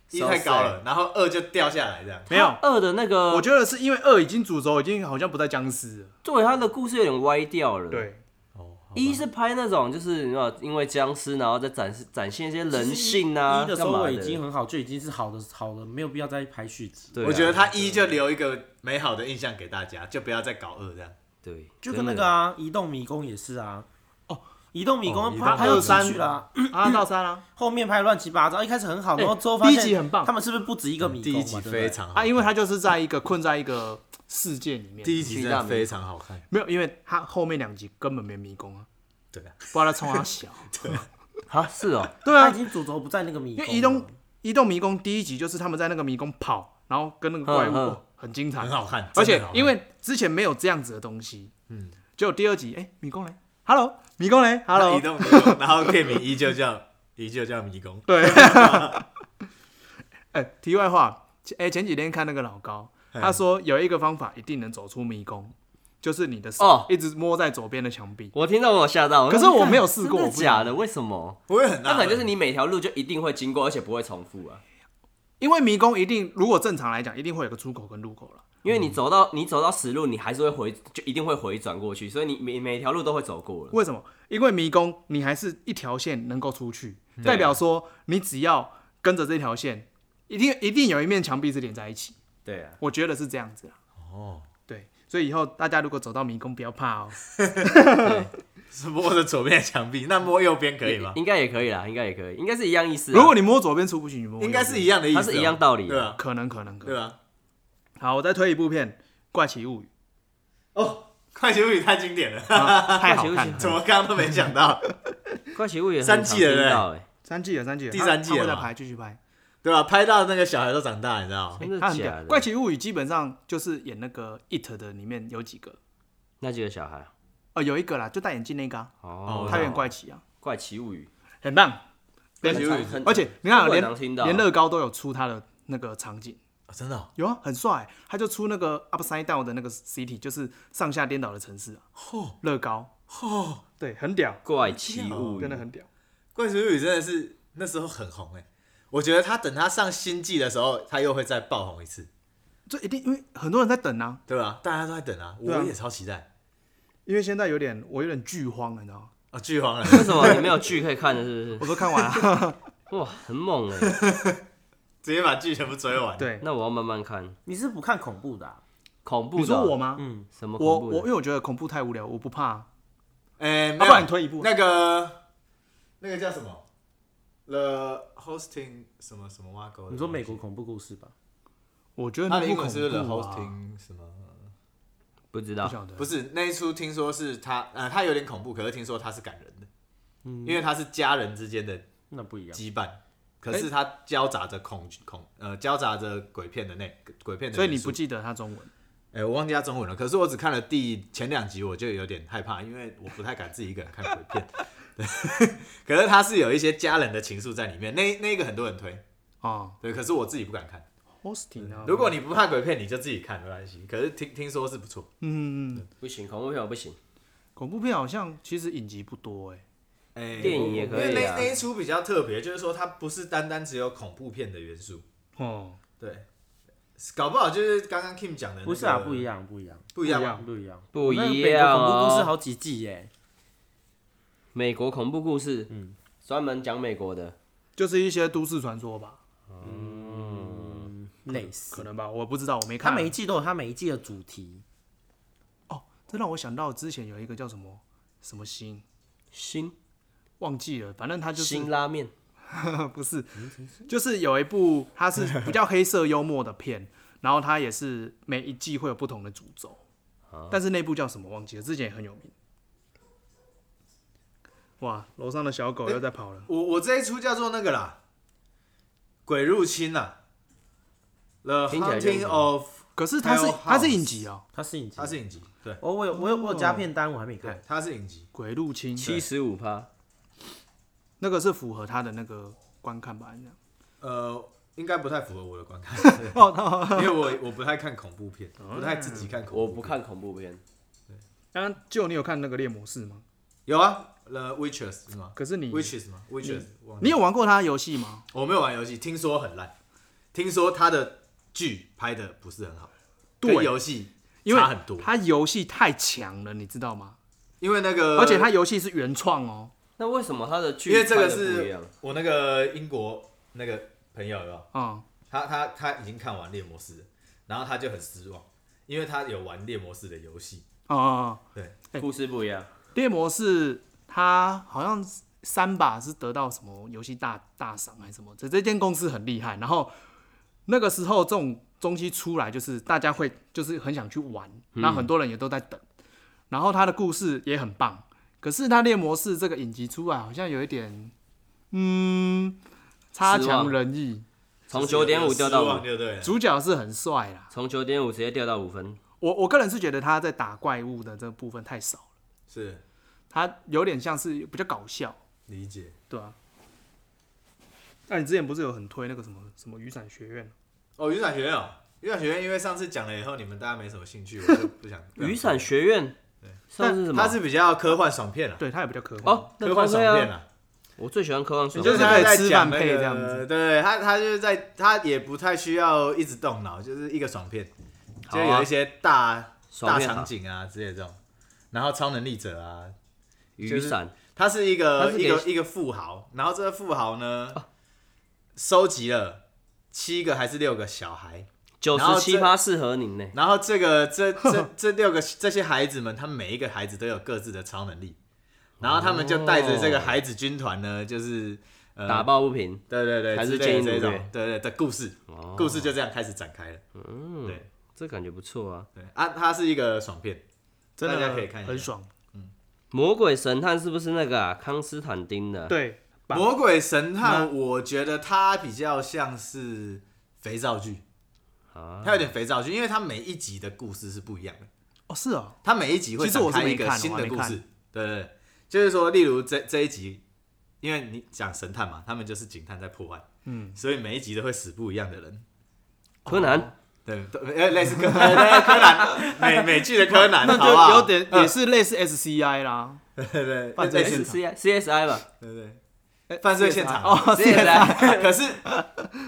S3: sad
S2: 一太高了，然后二就掉下来这样。
S1: 没有
S3: 二的那个，
S1: 我觉得是因为二已经主轴已经好像不在僵尸了。
S3: 对他的故事有点歪掉了。，
S1: 对，
S2: 哦，好吧
S3: 一是拍那种就是你知道，因为僵尸，然后再展示展现一些人性
S5: 其
S3: 啊，
S5: 实一的
S3: 干嘛
S5: 收
S3: 的
S5: 尾已经很好，就已经是好的好的，没有必要再拍续集。
S3: 对啊
S2: 我觉得他一就留一个美好的印象给大家，就不要再搞二这样。
S3: 对，
S5: 就跟那
S3: 真
S5: 个
S3: 的
S5: 啊，移动迷宫也是啊。哦，移动迷宫
S2: 移
S5: 拍
S2: 动
S5: 拍
S2: 迷
S5: 到
S2: 宫
S5: 三去了，
S1: 啊，到三啊
S5: 后面拍乱七八糟，一开始很好，
S1: 哎
S5: 然后之后发现
S1: 第一集很棒
S5: 他们是不是不止一个迷宫
S2: 第
S5: 嘛？
S2: 一集
S5: 对不对
S2: 非常好看
S1: 啊，因为他就是在一个困在一个世界里面。
S2: 第一集真的非常好看。
S1: 没有，因为他后面两集根本没迷宫啊，
S2: 对啊，
S1: 不知道他冲
S2: <laughs>
S1: 他小。
S3: 啊是哦，
S1: 对啊
S5: 他已，经主轴不在那个迷
S1: 因
S5: 宫
S1: 为
S5: 了，
S1: 移动移动迷宫第一集就是他们在那个迷宫跑，然后跟那个怪物
S3: 嗯嗯
S1: 哦很精彩
S2: 很，好看，真
S1: 而且
S2: 的好看
S1: 因为之前没有这样子的东西，嗯，就第二集哎、迷宫嘞，Hello 迷宫嘞
S2: 它
S1: ，Hello
S2: 移动迷宫，然后片名依旧叫依旧叫迷宫，
S1: 对，哎、题外话，前哎、前几天看那个老高，他说有一个方法一定能走出迷宫，就是你的手
S3: 哦
S1: 一直摸在左边的墙壁，
S3: 我听到我有吓到，
S1: 可是
S3: 说
S1: 我没有
S3: 干
S1: 试过
S3: 真
S1: 我
S3: 的
S1: 不知
S3: 假的？为什么？
S2: 我也很纳
S3: 那
S2: 闷
S3: 可能就是你每条路就一定会经过，而且不会重复啊，
S1: 因为迷宫一定如果正常来讲一定会有个出口跟入口了。
S3: 因为你走到你走到死路，你还是会回，就一定会回转过去，所以你每每条路都会走过了。
S1: 为什么？因为迷宫你还是一条线能够出去，代表说你只要跟着这条线，一定一定有一面墙壁是连在一起。
S3: 对啊，
S1: 我觉得是这样子啊。
S2: 哦，
S1: 对，所以以后大家如果走到迷宫，不要怕哦。
S2: 是摸着左边的墙壁，那摸右边可以吗？
S3: 应该也可以啦，应该也可以，应该是一样意思啊。
S1: 如果你摸左边出不去，你摸右
S2: 应该是一
S1: 边
S2: 样的意思哦，
S3: 它是一样道理啊
S2: 对吧？
S1: 可能可能可
S2: 对啊
S1: 能。
S2: 吧？
S1: 好，我再推一部片《怪奇物语
S2: 哦，快球语太经典了，》，
S1: 啊太
S3: 怪
S1: 好
S3: 奇物语
S1: 看了。
S2: 怎么刚刚都没想到，
S3: 怪奇物语也很
S2: 三季
S3: 常
S2: 了
S3: 听
S2: 对
S3: 到欸
S1: 三季了，三季了，
S2: 第三季
S1: 他
S2: 了
S1: 他会再
S2: 嘛
S1: 拍，继续拍。哎
S2: 对吧？拍到那个小孩都长大，你知道吗？
S3: 哦真的
S1: 他很
S3: 假
S1: 屌。
S3: 的？
S1: 怪奇物语基本上就是演那个 It 的里面有几个，
S3: 那几个小孩
S1: 哦，有一个啦，就戴眼镜那个啊，
S3: 哦
S2: 哦，
S1: 他有点怪奇啊，
S3: 怪奇物语，
S1: 很棒。
S2: 怪奇物语
S3: 很
S1: 而且你看，啊
S3: 这个很常听
S1: 连
S3: 到
S1: 连乐高都有出他的那个场景，
S2: 哦真的哦，
S1: 有啊，很帅。他就出那个 upside down 的那个 city，就是上下颠倒的城市啊。乐高，
S2: 哦，
S1: 对，很屌，
S3: 怪奇物语
S1: 真的很屌。
S2: 怪球语真的是那时候很红哎，我觉得他等他上新季的时候，他又会再爆红一次，
S1: 这一定因为很多人在等啊，
S2: 对吧？大家都在等啊，我
S1: 对啊
S2: 也超期待
S1: 因为现在有点我有点剧荒了，你知道吗？
S2: 啊，剧荒了，
S3: 为什么你 <laughs> 没有剧可以看的？是
S1: 我都看
S2: <laughs>
S1: 完了，
S3: 不是？哇，很猛哎！
S2: 直接把剧全部追完。
S1: 对。
S3: 那我要慢慢看
S5: 你是不看恐怖的啊？
S3: 恐怖
S1: 你
S3: 的。哦
S1: 说我吗？
S5: 嗯，
S3: 什么
S1: 我
S3: 恐怖
S1: 我因
S3: 的？
S1: 为我觉得恐怖太无聊，我不怕啊。
S2: 哎，
S1: 要
S2: 没
S1: 啊不
S2: 有
S1: 然你推一部，
S2: 那个那个叫什么？The hosting 什么什么挖沟的东西？
S5: 你说美国恐怖故事吧？
S1: 我觉得
S2: 它
S1: 那
S2: 的
S1: 部
S2: 英文
S1: 恐
S2: 是不是 The
S1: 怖啊，
S2: hosting 什么？
S3: 不知
S1: 不
S3: 道，
S1: 晓得
S2: 不是那一出，听说是他，呃，他有点恐怖，可是听说他是感人的，
S1: 嗯
S2: 因为他是家人之间的
S5: 那不一样。
S2: 羁绊，可是他交杂着恐恐，呃，交杂着鬼片的那鬼片的元素，
S1: 所以你不记得它中文。
S2: 哎、我忘记他中文了，可是我只看了第前两集，我就有点害怕，因为我不太敢自己一个人看鬼片。对，可 <laughs> 是他是有一些家人的情愫在里面，那那个很多人推，
S1: 啊
S2: 对，可是我自己不敢看。
S1: ，hosting 啊，
S2: 嗯如果你不怕鬼片，你就自己看没关系。可是听听说是不错，
S1: 嗯，嗯嗯
S3: 不行，恐怖片我不行。
S1: 恐怖片好像其实影集不多哎、
S2: 哎、
S3: 电影也可以啊
S2: 因为那那一出比较特别，就是说它不是单单只有恐怖片的元素，
S1: 哦，
S2: 对，搞不好就是刚刚 Kim 讲的、
S5: 不是啊，不一，样，不一样，
S2: 不一样
S1: 不一
S2: 吗。
S1: 样
S5: 不一样，
S3: 不一样哦
S5: 那个美国恐怖故事好几季耶，
S3: 美国恐怖故事，
S1: 嗯
S3: 专门讲美国的。
S1: 就是一些都市传说吧，
S5: 类
S1: 可
S5: 似。
S1: 能吧，我不知道，我没
S5: 它
S1: 看。哦
S5: 每一季都有它每一季的主题，
S1: 这让我想到之前有一个叫什么什么星，
S3: 新
S1: 忘记了，反正他就是
S3: 新拉面，
S1: 不是，就是有一部它是 <laughs> 比较黑色幽默的片，然后它也是每一季会有不同的主轴，
S2: 啊
S1: 但是那部叫什么忘记了，之前也很有名。哇，楼上的小狗又在跑了，
S2: 我我这一出叫做那个啦，鬼入侵啦。The
S3: 听起来就
S2: Hunting of
S1: 可是它是
S2: Hell
S1: 它是
S2: House
S1: 影集哦，
S5: 它是影集
S2: 它，是影集，对
S5: 哦我我有我有我有加片单，我还没
S2: 对
S5: 看。，
S2: 它是影集。
S1: 鬼入侵，
S3: 七十五趴，
S1: 那个是符合他的那个观看吧？
S2: <laughs>
S1: 这样
S2: 呃，应该不太符合我的观看，
S1: <laughs>
S2: 因为我我不太看恐怖片，不太自己看恐怖。
S1: 哦
S3: 我不。看恐怖片，
S1: 刚刚就你有看那个猎魔士吗？
S2: 有啊，The Witches 是吗
S1: 可是你
S2: ？Witches 吗？Witches，忘记
S1: 你有玩过他的游戏吗？
S2: 我没有玩游戏，听说很烂，听说他的剧拍的不是很好，
S1: 对
S2: 跟游戏
S1: 因为
S2: 差很多，
S1: 他游戏太强了，你知道吗？
S2: 因为那个，
S1: 而且他游戏是原创哦。
S3: 那为什么他的剧
S2: 因为这个
S3: 拍得不一
S2: 是
S3: 样
S2: 我那个英国那个朋友有没有？
S1: 啊、
S2: 他他他已经看完《猎魔师》了，然后他就很失望，因为他有玩《猎魔师》的游戏，
S1: 嗯、啊、
S3: 故事不一样？
S1: 猎魔士他好像三把是得到什么游戏大大赏还是什么？这这间公司很厉害。然后那个时候这种东西出来，就是大家会就是很想去玩，然后很多人也都在等。然后他的故事也很棒，可是他猎魔士这个影集出来好像有一点，嗯，差
S3: 失望
S1: 强人意。
S3: 从九点五掉到
S2: 失望
S3: 五，
S2: 就对了。
S1: 主角是很帅啦，
S3: 从九点五直接掉到五分，
S1: 我我个人是觉得他在打怪物的这部分太少了，
S2: 是
S1: 他有点像是比较搞笑。
S2: 理解，
S1: 对啊。那、你之前不是有很推那个什么什么雨伞学院？
S2: 哦，雨伞学院、哦，雨伞学院，因为上次讲了以后，你们大家没什么兴趣，我就不
S3: <laughs>
S2: 想。
S3: 雨伞学院算是什么？
S2: 它是比较科幻爽片了、啊
S1: 对，它也比较科幻。
S3: 哦，那
S2: 科幻爽
S3: OK
S2: 片
S3: 啊，
S2: 了、
S3: 我最喜欢科幻爽
S1: 就
S3: 片
S1: 是
S2: 他
S1: 可以
S2: 在
S1: 吃
S2: 讲
S1: 饭
S2: 那
S1: 配
S2: 个
S1: 这样子
S2: 对他，他就是在他也不太需要一直动脑，就是一个爽片，
S3: 好
S2: 就
S3: 啊
S2: 有一些大
S3: 爽
S2: 大
S3: 片
S2: 场
S3: 啊，
S2: 景啊之类的这种，然后超能力者啊，
S3: 雨伞
S2: 他是一个
S3: 他是给哦
S2: 一个一个富豪，然后这个富豪呢，收集了七个还是六个小孩，
S3: 九
S2: 然后
S3: 十
S2: 这
S3: 七趴适合您呢。
S2: 然后这个这
S3: <laughs>
S2: 这这六个这些孩子们，他们每一个孩子都有各自的超能力，然后他们就带着这个孩子军团呢，就是呃
S3: 哦打抱不平，
S2: 对对对，
S3: 还是
S2: 之类
S3: 建议
S2: 的这
S3: 努
S2: 种
S3: 略，
S2: 对对的故事，
S3: 哦
S2: 故事就这样开始展开了。
S3: 嗯，
S2: 对
S3: 这感觉不错啊。
S2: 对啊，它是一个爽片，
S1: 真的
S2: 大家可以看一下
S1: 很爽。
S3: 魔鬼神探是不是那个啊？康斯坦丁的？，
S1: 对，
S2: 《
S1: 吧
S2: 魔鬼神探》我觉得它比较像是肥皂剧，
S3: 啊，
S2: 它有点肥皂剧，因为它每一集的故事是不一样的，
S1: 哦，是哦，
S2: 它每一集会
S1: 其实我
S2: 展开
S1: 是没
S2: 一个
S1: 看
S2: 新
S1: 我
S2: 的
S1: 还没
S2: 故事
S1: 看。
S2: 对对对，就是说，例如这这一集，因为你讲神探嘛，他们就是警探在破案，嗯，所以每一集都会死不一样的人。
S3: 柯南
S2: 对，都呃，类似柯 <laughs> 呃柯南，美美剧的柯南，
S1: <laughs> 那
S2: 好不好
S1: 就有点也是类似 SCI 啦，
S2: <laughs> 对对，
S1: 犯罪
S2: 类似
S1: 现
S3: 哎 C I C S I 吧
S2: 对对
S1: 哎
S2: 犯罪现场
S1: 哦，
S3: ，C S I
S2: 可是，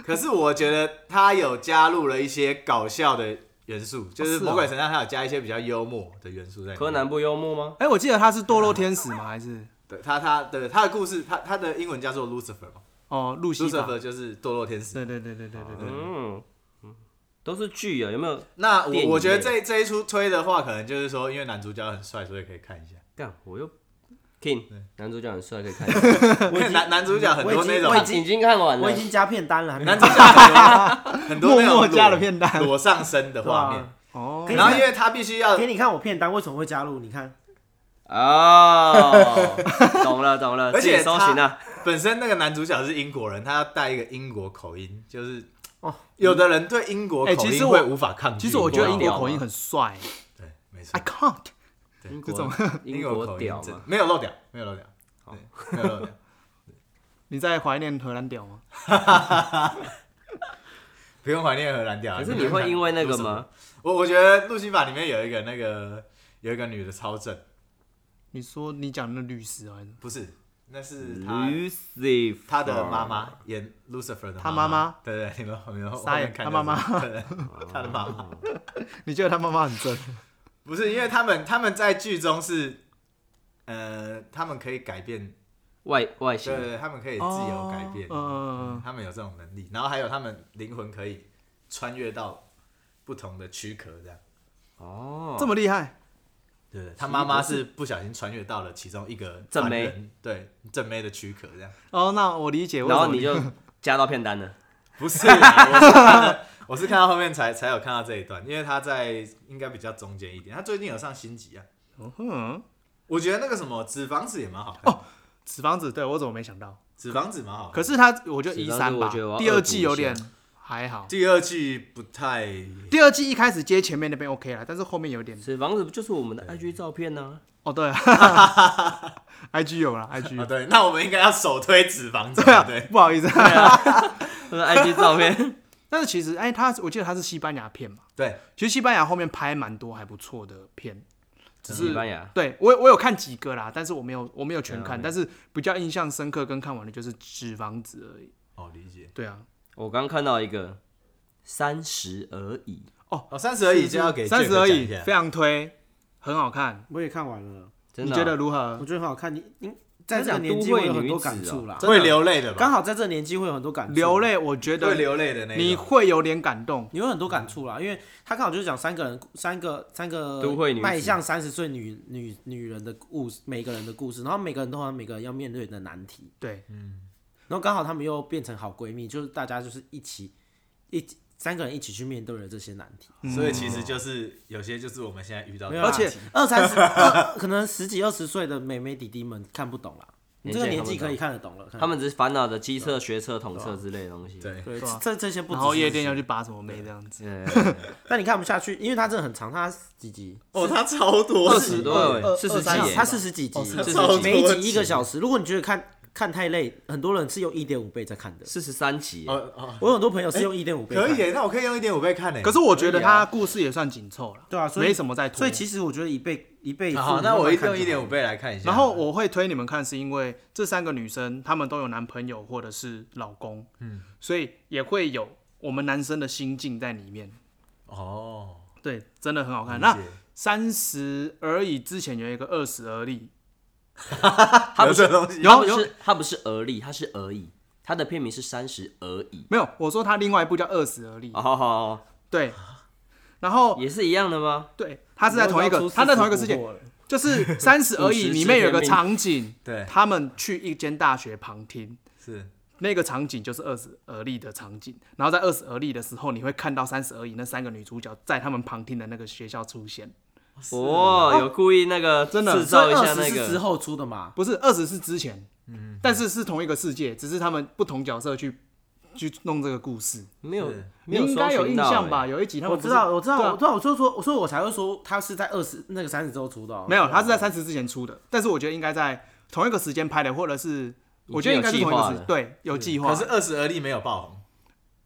S2: 可是 <laughs> 我觉得他有加入了一些搞笑的元素，就是
S1: 哦
S2: 《
S1: 是哦
S2: 魔鬼神探》，他有加一些比较幽默的元素在里面。
S3: 柯南不幽默吗？
S1: 哎、我记得他是堕落天使吗？还是
S2: 对他他对他的故事，他他的英文叫做 Lucifer 嘛
S1: 哦，路西法？
S2: ，Lucifer 就是堕落天使。
S1: 对对对对对对对。
S3: 嗯，嗯都是剧啊，有没有？
S2: 那我
S3: 电影
S2: 我觉得这
S3: 类
S2: 这一出推的话，可能就是说，因为男主角很帅，所以可以看一下。
S3: 干，我又 King 男主角很帅，可以看一下。
S2: 因为 <laughs> 男男主角很
S5: 我
S2: 多
S5: 已经
S2: 那种
S5: 我
S3: 他已经看完了
S5: 我已，经加片单了，还没
S2: 男主角很多 <laughs> 很多那
S1: 默默
S2: 种
S1: 加了
S2: 裸
S1: 片段
S2: 裸上身的画面，
S1: 哦，
S5: 对啊
S2: 然后因为他必须要
S5: 给你看我片单，为什么会加入？你看，
S3: 哦，懂了懂了，
S2: 而且
S3: 自己搜寻啊，
S2: 本身那个男主角是英国人，他要带一个英国口音，就是
S5: 哦
S2: 有的人对英国
S1: 哎
S2: 口
S1: 其
S2: 音
S1: 实我
S2: 会无法抗拒。
S1: 其实我觉得英国啊
S3: 屌
S1: 口音
S3: 吗
S1: 很帅
S2: 对，没错
S1: ，I，can't。
S3: 英
S1: 这种
S3: 国英
S2: 国
S3: 国
S2: 口音
S3: 屌
S2: 真的
S3: 嘛，
S2: 没有漏掉，没有漏掉，
S1: 哦
S2: 对，没有漏掉。
S1: 你在怀念荷兰屌吗？
S2: <laughs> 不用怀念荷兰屌啊。
S3: 可是你会因为那个
S2: 你们
S3: 吗
S2: 看？？我我觉得《路西法》里面有一个那个有一个女的超正，
S1: 你说你讲那律师啊还是？
S2: 不是，那是她
S3: Lucy，
S2: 她的妈妈演 Lucifer 的
S1: 嗯她
S2: 妈
S1: 妈妈，
S2: 对对，你们你们后
S1: 傻眼
S2: 面看
S1: 她妈妈哦
S2: 到 <laughs> 是，对对她的妈妈。
S1: 你觉得他妈妈很正？
S2: 不是，因为他们他们在剧中是，呃，他们可以改变，
S3: 外外
S2: 对
S3: 形，
S2: 对，他们可以自由改变，
S1: 哦嗯
S2: 他们有这种能力，然后还有他们灵魂可以穿越到不同的躯壳，这样。
S3: 哦，
S1: 这么厉害？
S2: 对不对？他妈妈是不小心穿越到了其中一个
S3: 正
S2: 凡
S3: 妹
S2: 人，对正妹的躯壳这样。
S1: 哦，那我理解为什
S3: 然
S1: 么。
S3: 后你就 <laughs> 加到片单了。
S2: 不是啦，我是看到我是看到后面才才有看到这一段，因为他在应该比较中间一点。他最近有上新集啊，
S1: 嗯，
S2: 我觉得那个什么纸房子也蛮好看的，
S1: 纸房子，对我怎么没想到？
S2: 纸房子蛮好看
S1: 可
S2: 的。
S1: 是他，我就一
S3: 纸房
S1: 三
S3: 子
S1: 吧
S3: 我觉得我要，
S1: 第二季
S3: 恶补一下
S1: 有点还好。
S2: 第二季不太
S1: 第二季一开始接前面那边 OK 了，但是后面有点……
S3: 纸房子不就是我们的 IG 照片呢、
S1: 哦，对，IG <laughs> 有了，IG
S2: 啊，
S1: 有。
S2: 对，那我们应该要首推纸房子，
S1: <laughs> 对啊
S2: 对，，
S1: 不好意思。
S3: 我的 IG 照片
S1: 但是其实，哎，他我记得他是西班牙片嘛，
S2: 对，
S1: 其实西班牙后面拍蛮多还不错的片，只是
S3: 西班牙
S1: 对我我有看几个啦，但是我没有我没有全
S3: 对
S1: 看，
S3: 啊
S1: 但是比较印象深刻跟看完的就是《纸房子》而已。
S2: 哦，理解。
S1: 对啊，
S3: 我刚看到一个三十而已，
S2: 哦，三十而已就要给
S1: 三十而
S2: 健哥
S1: 已
S2: 讲一下
S1: 非常推，很好看。
S5: 我也看完了，
S3: 真
S1: 你
S3: 的啊、
S1: 觉得如
S5: 我
S1: 何？
S5: 觉得很好看。你你在这个
S3: 他讲
S5: 年纪
S3: 都会
S5: 会有很
S3: 女
S5: 多
S3: 子
S5: 感
S3: 哦
S5: 触啦，
S2: 会流泪的
S5: 刚
S2: 吧？
S5: 好在这个年纪会有很多感触，啊
S1: 流泪，我觉
S2: 会
S1: 得
S2: 流泪的那
S1: 你
S2: 种。
S1: 会有点感动。
S5: 你会很多感触啦，因为他刚好就是讲三个人，三个三个
S3: 都会女子
S5: 迈向三十岁女女女人的故事，每个人的故事，然后每个人都好像每个人要面对的难题，
S1: 对，
S2: 嗯
S5: 然后刚好她们又变成好闺蜜，就是大家就是一起一起三个人一起去面对了这些难题，
S2: 所以其实就是有些就是我们现在遇到
S5: 没
S2: 的
S5: 有啦
S1: 啊而且
S5: 二三十二可能十几二十岁的妹妹弟弟们看不懂啦，你这个
S3: 年
S5: 年
S3: 纪
S5: 纪
S3: 也看不懂
S5: 可以看得懂了，看得
S3: 他
S5: 懂
S3: 们只是烦恼的机测、学测、统测之类的东西。
S2: 对，
S5: 对
S1: 对啊
S5: 这这些不
S1: 然
S5: 只
S1: 后
S5: 是
S1: 夜店要去拔什么妹这样子。
S3: 呃，
S5: 但你看不下去，因为它真的很长，它几集？
S2: 哦，他超多
S3: 二十多
S1: 二
S3: 位，四十几
S1: 三
S3: 耶
S1: 集
S5: 它，四十几集，
S2: 十
S3: 几集
S5: 每一集一个小时。如果你觉得看看太累，很多人是用一点五倍在看的。
S3: 四十三集耶，
S2: 哦哦，
S5: 我有很多朋友是用一点五倍看
S2: 可
S5: 的，
S2: 以耶，那我可以用一点五倍看呢。
S1: 可是我觉得他故事也算紧凑了，
S5: 对啊，所以
S1: 没什么在拖。
S5: 所以其实我觉得一倍一倍速，
S2: 好，那我一定用
S5: 一
S2: 一点五。倍来看一下。
S1: 然后我会推你们看，是因为这三个女生她们都有男朋友或者是老公，嗯，所以也会有我们男生的心境在里面。
S2: 哦，
S1: 对，真的很好看。
S2: 理
S1: 那
S2: 解
S1: 三十而已之前有一个二十而立，
S3: 他不
S2: 有这
S3: 是
S2: 东西
S3: 他不
S1: 有
S3: 是他不是而立，他是而已，他的片名是三十而已。
S1: 没有，我说他另外一部叫二十而立，
S3: 哦，好好好
S1: 对。然后
S3: 也是一样的吗？
S1: 对，他是在同一个，他在同一个世界，就是三
S3: <laughs>
S1: 十而已
S3: 50
S1: 里面有个
S3: 之天命
S1: 场景，
S2: 对
S1: 他们去一间大学旁听，
S2: 是
S1: 那个场景就是二十而立的场景，然后在二十而立的时候，你会看到三十而已那三个女主角在他们旁听的那个学校出现，
S3: 哦，有故意那个
S1: 真的
S3: 制
S5: 所
S3: 造
S5: 以
S3: 一
S5: 二
S3: 下
S5: 十
S3: 那
S5: 是之
S3: 个，
S5: 后出的嘛？
S1: 不是二十是之前，
S3: 嗯
S1: 但是是同一个世界，只是他们不同角色去去弄这个故事，
S3: 没有
S2: 是
S1: 你
S3: 没有
S1: 应该有
S3: 搜寻
S1: 印
S3: 到欸
S1: 象
S3: 耶
S1: 吧？有一集他们
S5: 我
S1: 不
S5: 知
S1: 是
S5: 道，我知道，
S1: 对啊
S5: 我知道，我就说，我所以我才会说他是在二十那个三十之后出的哦。
S1: 没有，他是在三十之前出的，但是我觉得应该在同一个时间拍的，或者是我觉得应该是同一个
S3: 已经有计划
S1: 时
S3: 了
S1: 对有计
S2: 可
S1: 划。
S2: 是二十而立没有爆红，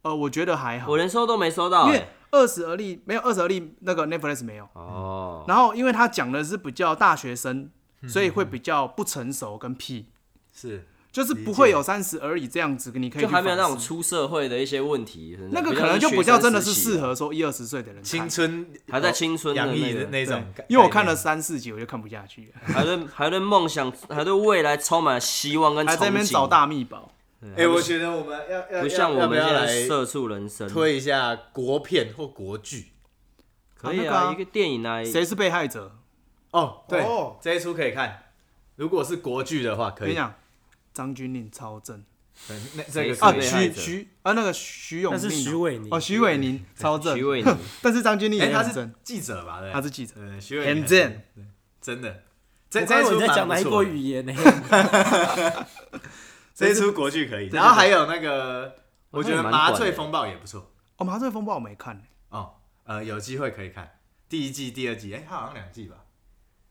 S1: 呃，我觉得还好
S3: 我，连收都没收到
S1: 因
S3: 耶，
S1: 为二十而立没有二十而立那个 Netflix 没有，
S3: 哦，
S1: 然后因为他讲的是比较大学生，
S3: 嗯
S1: 所以会比较不成熟跟屁，
S2: 是
S1: 就是不会有三十而已这样子，你可以
S3: 就
S1: 去
S3: 还没有那
S1: 反
S3: 种
S1: 思
S3: 出社会的一些问题，
S1: 那个
S3: 比
S1: 可
S3: 较
S1: 能就比
S3: 学
S1: 较
S3: 生
S1: 真的
S3: 时
S1: 是
S3: 期啊
S1: 适合说一二十岁的人看
S2: 青春
S3: 还在青春的
S2: 洋溢哦
S3: 那
S2: 的
S3: 个，
S2: 那种
S1: 对
S2: 感，
S1: 因为我
S3: 啊
S1: 看了
S2: 概
S1: 三四集我就看不下去了，
S3: 还对还对梦想，还对未来充满希望跟憧憬。
S1: 还在那边找大秘宝。
S2: 念，哎，我觉得我们要要
S3: 不像我们
S2: 要
S3: 现
S2: 不要
S3: 在
S2: 来
S3: 社畜人生，
S2: 推一下国片或国剧
S3: 可以
S1: 啊那个
S3: 啊，
S1: 啊
S3: 一个电影啊，
S1: 谁是被害者？
S2: 哦，对
S5: 哦，
S2: 这一出可以看。如果是国剧的话，可
S1: 跟你
S2: 以。
S1: 讲，张钧甯超正。
S2: 对那这个
S3: 谁
S1: 啊，
S2: 可以
S3: 谁被害
S1: 徐
S3: 者
S1: 徐啊，那个徐永
S5: 那
S1: 宁哦，
S5: 是徐伟宁
S1: 哦，徐伟宁超
S2: 啊
S1: 正，
S3: 徐伟宁
S1: <laughs>
S3: <laughs>
S1: 但是张钧甯
S2: 哎，
S1: 也
S2: 他
S1: 很
S2: 是
S1: 正，
S2: 记者吧？对，
S1: 他是记者，
S2: 呃，徐伟
S1: 很
S2: 宁
S1: 正，
S2: 真的。
S5: 我
S2: 这这
S5: 刚
S2: 一
S5: 以为你
S2: 出
S5: 在讲哪
S2: 蛮
S5: 一
S2: 不
S5: 国
S2: 错的，
S5: 语言呢？
S2: 这一出国剧可以。
S1: 这
S2: 然后还有那个，我
S3: 那
S2: 觉
S3: 也
S2: 得《
S3: 蛮
S2: 麻
S3: 短
S2: 醉
S3: 的
S2: 风暴》也不错。
S1: 哦，麻醉风暴我没看，
S2: 哦，呃，有机会可以看第一季、第二季，哎、它好像两季吧，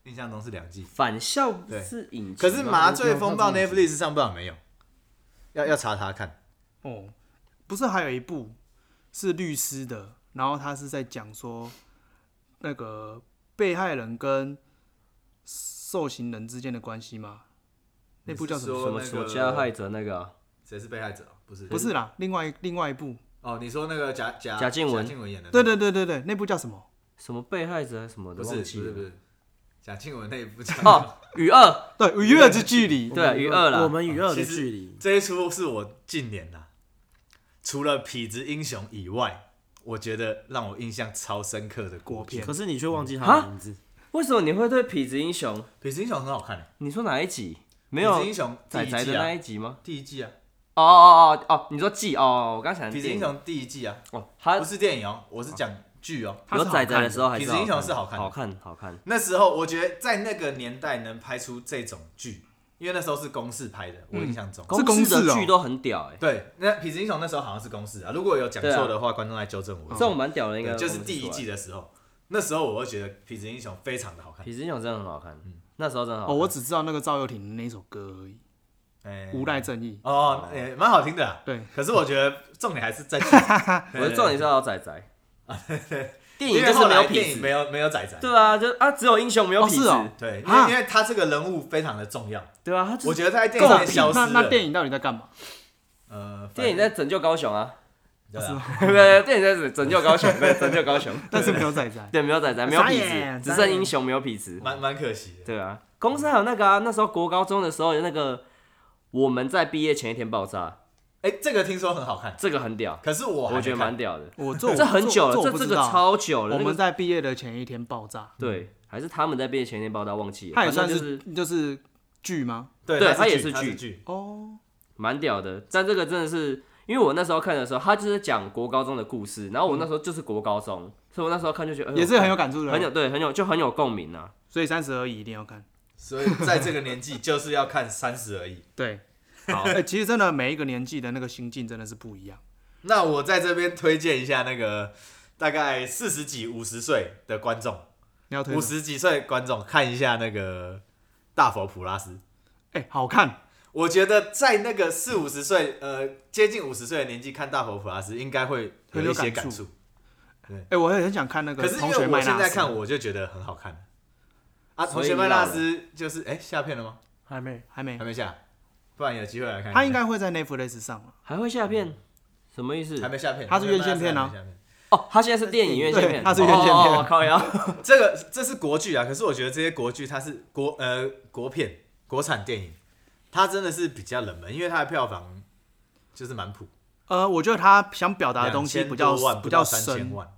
S2: 印象中是两季。
S3: 返校不
S2: 对
S3: 是啊影集吗，
S2: 可是《麻醉风暴
S3: 我》没有看这种
S2: Netflix 上不了没有，要要查查看。
S1: 哦，不是还有一部是律师的，然后他是在讲说那个被害人跟受刑人之间的关系吗？那部叫什么？
S2: 说
S3: 什么
S2: 那
S3: 什么
S2: 个
S3: 加害者那个啊
S2: 谁是被害者？不是，
S1: 不是啦，另外另外一部，
S2: 哦，你说那个贾贾
S3: 贾静雯
S2: 贾静雯演的、
S1: 对，对对对对，那部叫什么？
S3: 什么被害者还是什么的，
S2: 不是
S3: 忘
S2: 不
S3: 记
S2: 是不
S3: 了。
S2: 是，贾静雯那一部叫。
S3: 哦，与二
S1: 对，《愉悦之距离》
S3: 对与二
S5: 我
S3: 啦，
S5: 们与二的
S2: 其实
S5: 距离，
S2: 这一出是我近年呐、除了《痞子英雄》以外，我觉得让我印象超深刻的
S1: 国
S2: 剧
S1: 片
S5: 可是你却忘记他
S3: 哈
S5: 的名字。
S3: 为什么你会对痞子英雄？
S2: 痞子英雄很好看欸，
S3: 你说哪一集？没
S2: 痞
S3: 有
S2: 子英雄第
S3: 仔
S2: 一
S3: 仔的
S2: 季
S3: 那
S2: 啊
S3: 一，集吗？
S2: 第一季啊，
S3: 哦哦哦哦，你说季哦，我刚想
S2: 痞子英雄第一季啊，
S3: 哦，他
S2: 不是电影哦，我是讲剧哦。
S1: 他是
S3: 有
S1: 好
S3: 仔仔
S1: 看
S3: 的时候还是
S2: 痞子英雄是好看的
S3: 好看好看，
S2: 那时候我觉得在那个年代能拍出这种剧，因为那时候是公视拍的，我印象中。
S1: 是公
S3: 式
S1: 式
S3: 的
S1: 哦
S3: 剧都很屌哎，
S2: 对，那痞子英雄那时候好像是公视啊，如果有讲错的话，观众来纠正我。
S3: 这种蛮屌的应该
S2: 对就是第一季。的时候，那时候我会觉得痞子英雄非常的好
S3: <laughs>
S2: 看。
S3: 痞子英雄真的很好看，
S2: 嗯
S3: 那时候真的好
S1: 哦，
S3: 看。
S1: 我只知道那个赵又廷的那首歌而已，
S2: 哎
S1: 《无赖正义
S2: 哦，也蛮好听的啦。
S1: 对，
S2: 可是我觉得重点还是在
S3: <laughs>
S2: 剧。
S3: 我的重点是要仔仔，
S2: <laughs> 因
S3: 电影
S2: 为
S3: 就
S2: 后
S3: 是没有
S2: 来
S3: 痞
S2: 电影没
S3: 子，
S2: 有没有仔仔。
S3: 对啊，就啊只有英雄没有
S1: 哦
S3: 痞
S1: 是哦
S3: 子，
S2: 对，因
S1: 啊
S2: 为因为他这个人物非常的重要，
S3: 对啊，他就
S2: 我
S3: 是
S2: 觉得他在》。电
S1: 够
S2: 影上
S1: 屁
S2: 消失
S1: 那
S2: 了。
S1: 那电影到底在干嘛？
S2: 呃，反
S3: 电影在拯救高雄啊， <laughs>
S2: 对啊
S3: 对对，电影在拯拯救高雄，对，拯救高雄，
S1: 但是没有仔仔，
S3: 对，没有仔仔，没有
S1: 眨
S3: 痞
S1: 啊眼
S3: 子，只
S1: 眨
S3: 剩
S1: 眼
S3: 英雄没有痞子，
S2: 蛮蛮可惜的。
S3: 对啊，公司还有那个啊，那时候国高中的时候有那个我们在毕业前一天爆炸，
S2: 哎，这个听说很好看，
S3: 这个很屌，
S2: 可是我还
S3: 我
S2: 没
S3: 觉得
S2: 看
S3: 蛮屌的，
S1: <laughs> 我这
S3: 这很久
S1: 我
S3: 了，
S1: 我
S3: 这
S1: 不
S3: 这
S1: 知
S3: 个
S1: 道
S3: 超久了，
S1: 我
S3: 那个
S1: 们在毕业的前一天爆炸，
S3: 对，还是他们在毕业前一天爆炸，忘记了，
S1: 它也
S3: 反
S1: 算
S3: 正就是是
S1: 就是剧吗？
S2: 对
S3: 对
S2: 它
S3: 它也
S2: 是
S3: 是
S2: 它
S3: 剧
S2: 剧，
S1: 哦，
S3: 蛮屌的，但这个真的是。因为我那时候看的时候，他就是讲国高中的故事，然后我那时候就是国高中，所以我那时候看就觉得、哎呦
S1: 嗯也是很有感触的，哦
S3: 很有对很有就很有共鸣啊。
S1: 所以三十而已一定要看。
S2: 所以在这个年纪就是要看三十而已。
S1: 对，好， <laughs> 哎，其实真的每一个年纪的那个心境真的是不一样。
S2: 那我在这边推荐一下那个大概四十几、五十岁的观众，
S1: 你要推
S2: 五
S1: 什么，
S2: 十几岁观众看一下那个《大佛普拉斯》。
S1: 哎，好看，
S2: 我觉得在那个四五十岁，呃，接近五十岁的年纪看《大佛普拉斯》，应该会有一些
S1: 很有感
S2: 触。
S1: 哎，我也很想看那个
S2: 可是因
S1: 同
S2: 为
S1: 学
S2: 我
S1: 麦纳
S2: 现在
S1: 斯
S2: 看，我就觉得很好看。啊，
S3: 所
S2: 同
S3: 以
S2: 学麦纳斯就是哎、下片了吗？
S5: 还没
S1: 还没
S2: 还，没下，不然有机会来看一下。
S1: 他应该会在 Netflix 上啊了。
S3: 还会下片，什么意思
S2: 还？没下片，
S1: 他是院线片啊
S2: 还没下片。
S3: 哦，他现在是电影院线
S1: 对
S3: 片，
S1: 他是院线片
S3: 哦哦哦靠腰。
S2: 这个这是国剧啊，可是我觉得这些国剧它是国呃国片国产电影，它真的是比较冷门，因为它的票房就是蛮普，
S1: 呃，我觉得他想表达的东西
S2: 2000
S1: 比较
S2: 多万
S1: 比较
S2: 三
S1: 深
S2: 千，万，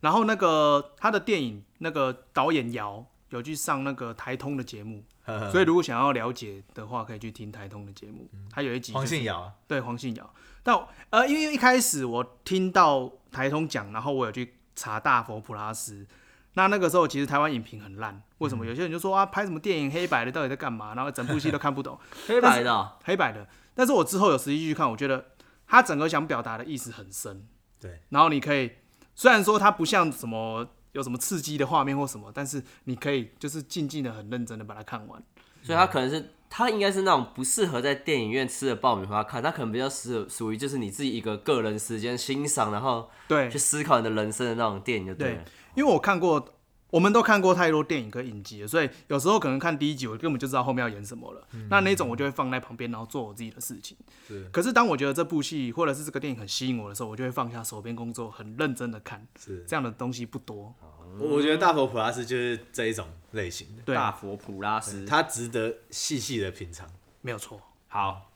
S1: 然后那个他的电影那个导演姚有去上那个台通的节目，
S2: 呵呵
S1: 所以如果想要了解的话，可以去听台通的节目。他有一集、
S2: 嗯
S1: 就
S2: 黄
S1: 是、
S2: 信尧啊，
S1: 对黄信尧，但呃，因为一开始我听到台通讲，然后我有去查大佛普拉斯。那那个时候其实台湾影评很烂，为什
S2: 嗯
S1: 么？有些人就说啊，拍什么电影黑白的到底在干嘛？然后整部戏都看不懂。
S3: 黑白的哦、
S1: <laughs> 黑白的。但是我之后有实际去看，我觉得他整个想表达的意思很深。
S2: 对，
S1: 然后你可以，虽然说它不像什么有什么刺激的画面或什么，但是你可以就是静静的、很认真的把它看完。
S3: 所以他可能是他应该是那种不适合在电影院吃的爆米花看，他可能比较适合属于就是你自己一个个人时间欣赏，然后
S1: 对
S3: 去，思考你的人生的那种电影就对了。
S1: 因为我看过，我们都看过太多电影跟影集了，所以有时候可能看第一集，我根本就知道后面要演什么了。那那种我就会放在旁边，然后做我自己的事情。
S2: 嗯是
S1: 可是当我觉得这部戏或者是这个电影很吸引我的时候，我就会放下手边工作，很认真的看。
S2: 是
S1: 这样的东西不多。
S2: 我我觉得大佛普拉斯就是这一种类型的，
S1: 对，啊
S3: 大佛普拉斯，
S2: 它值得细细的品尝。
S1: 没有错。
S3: 好，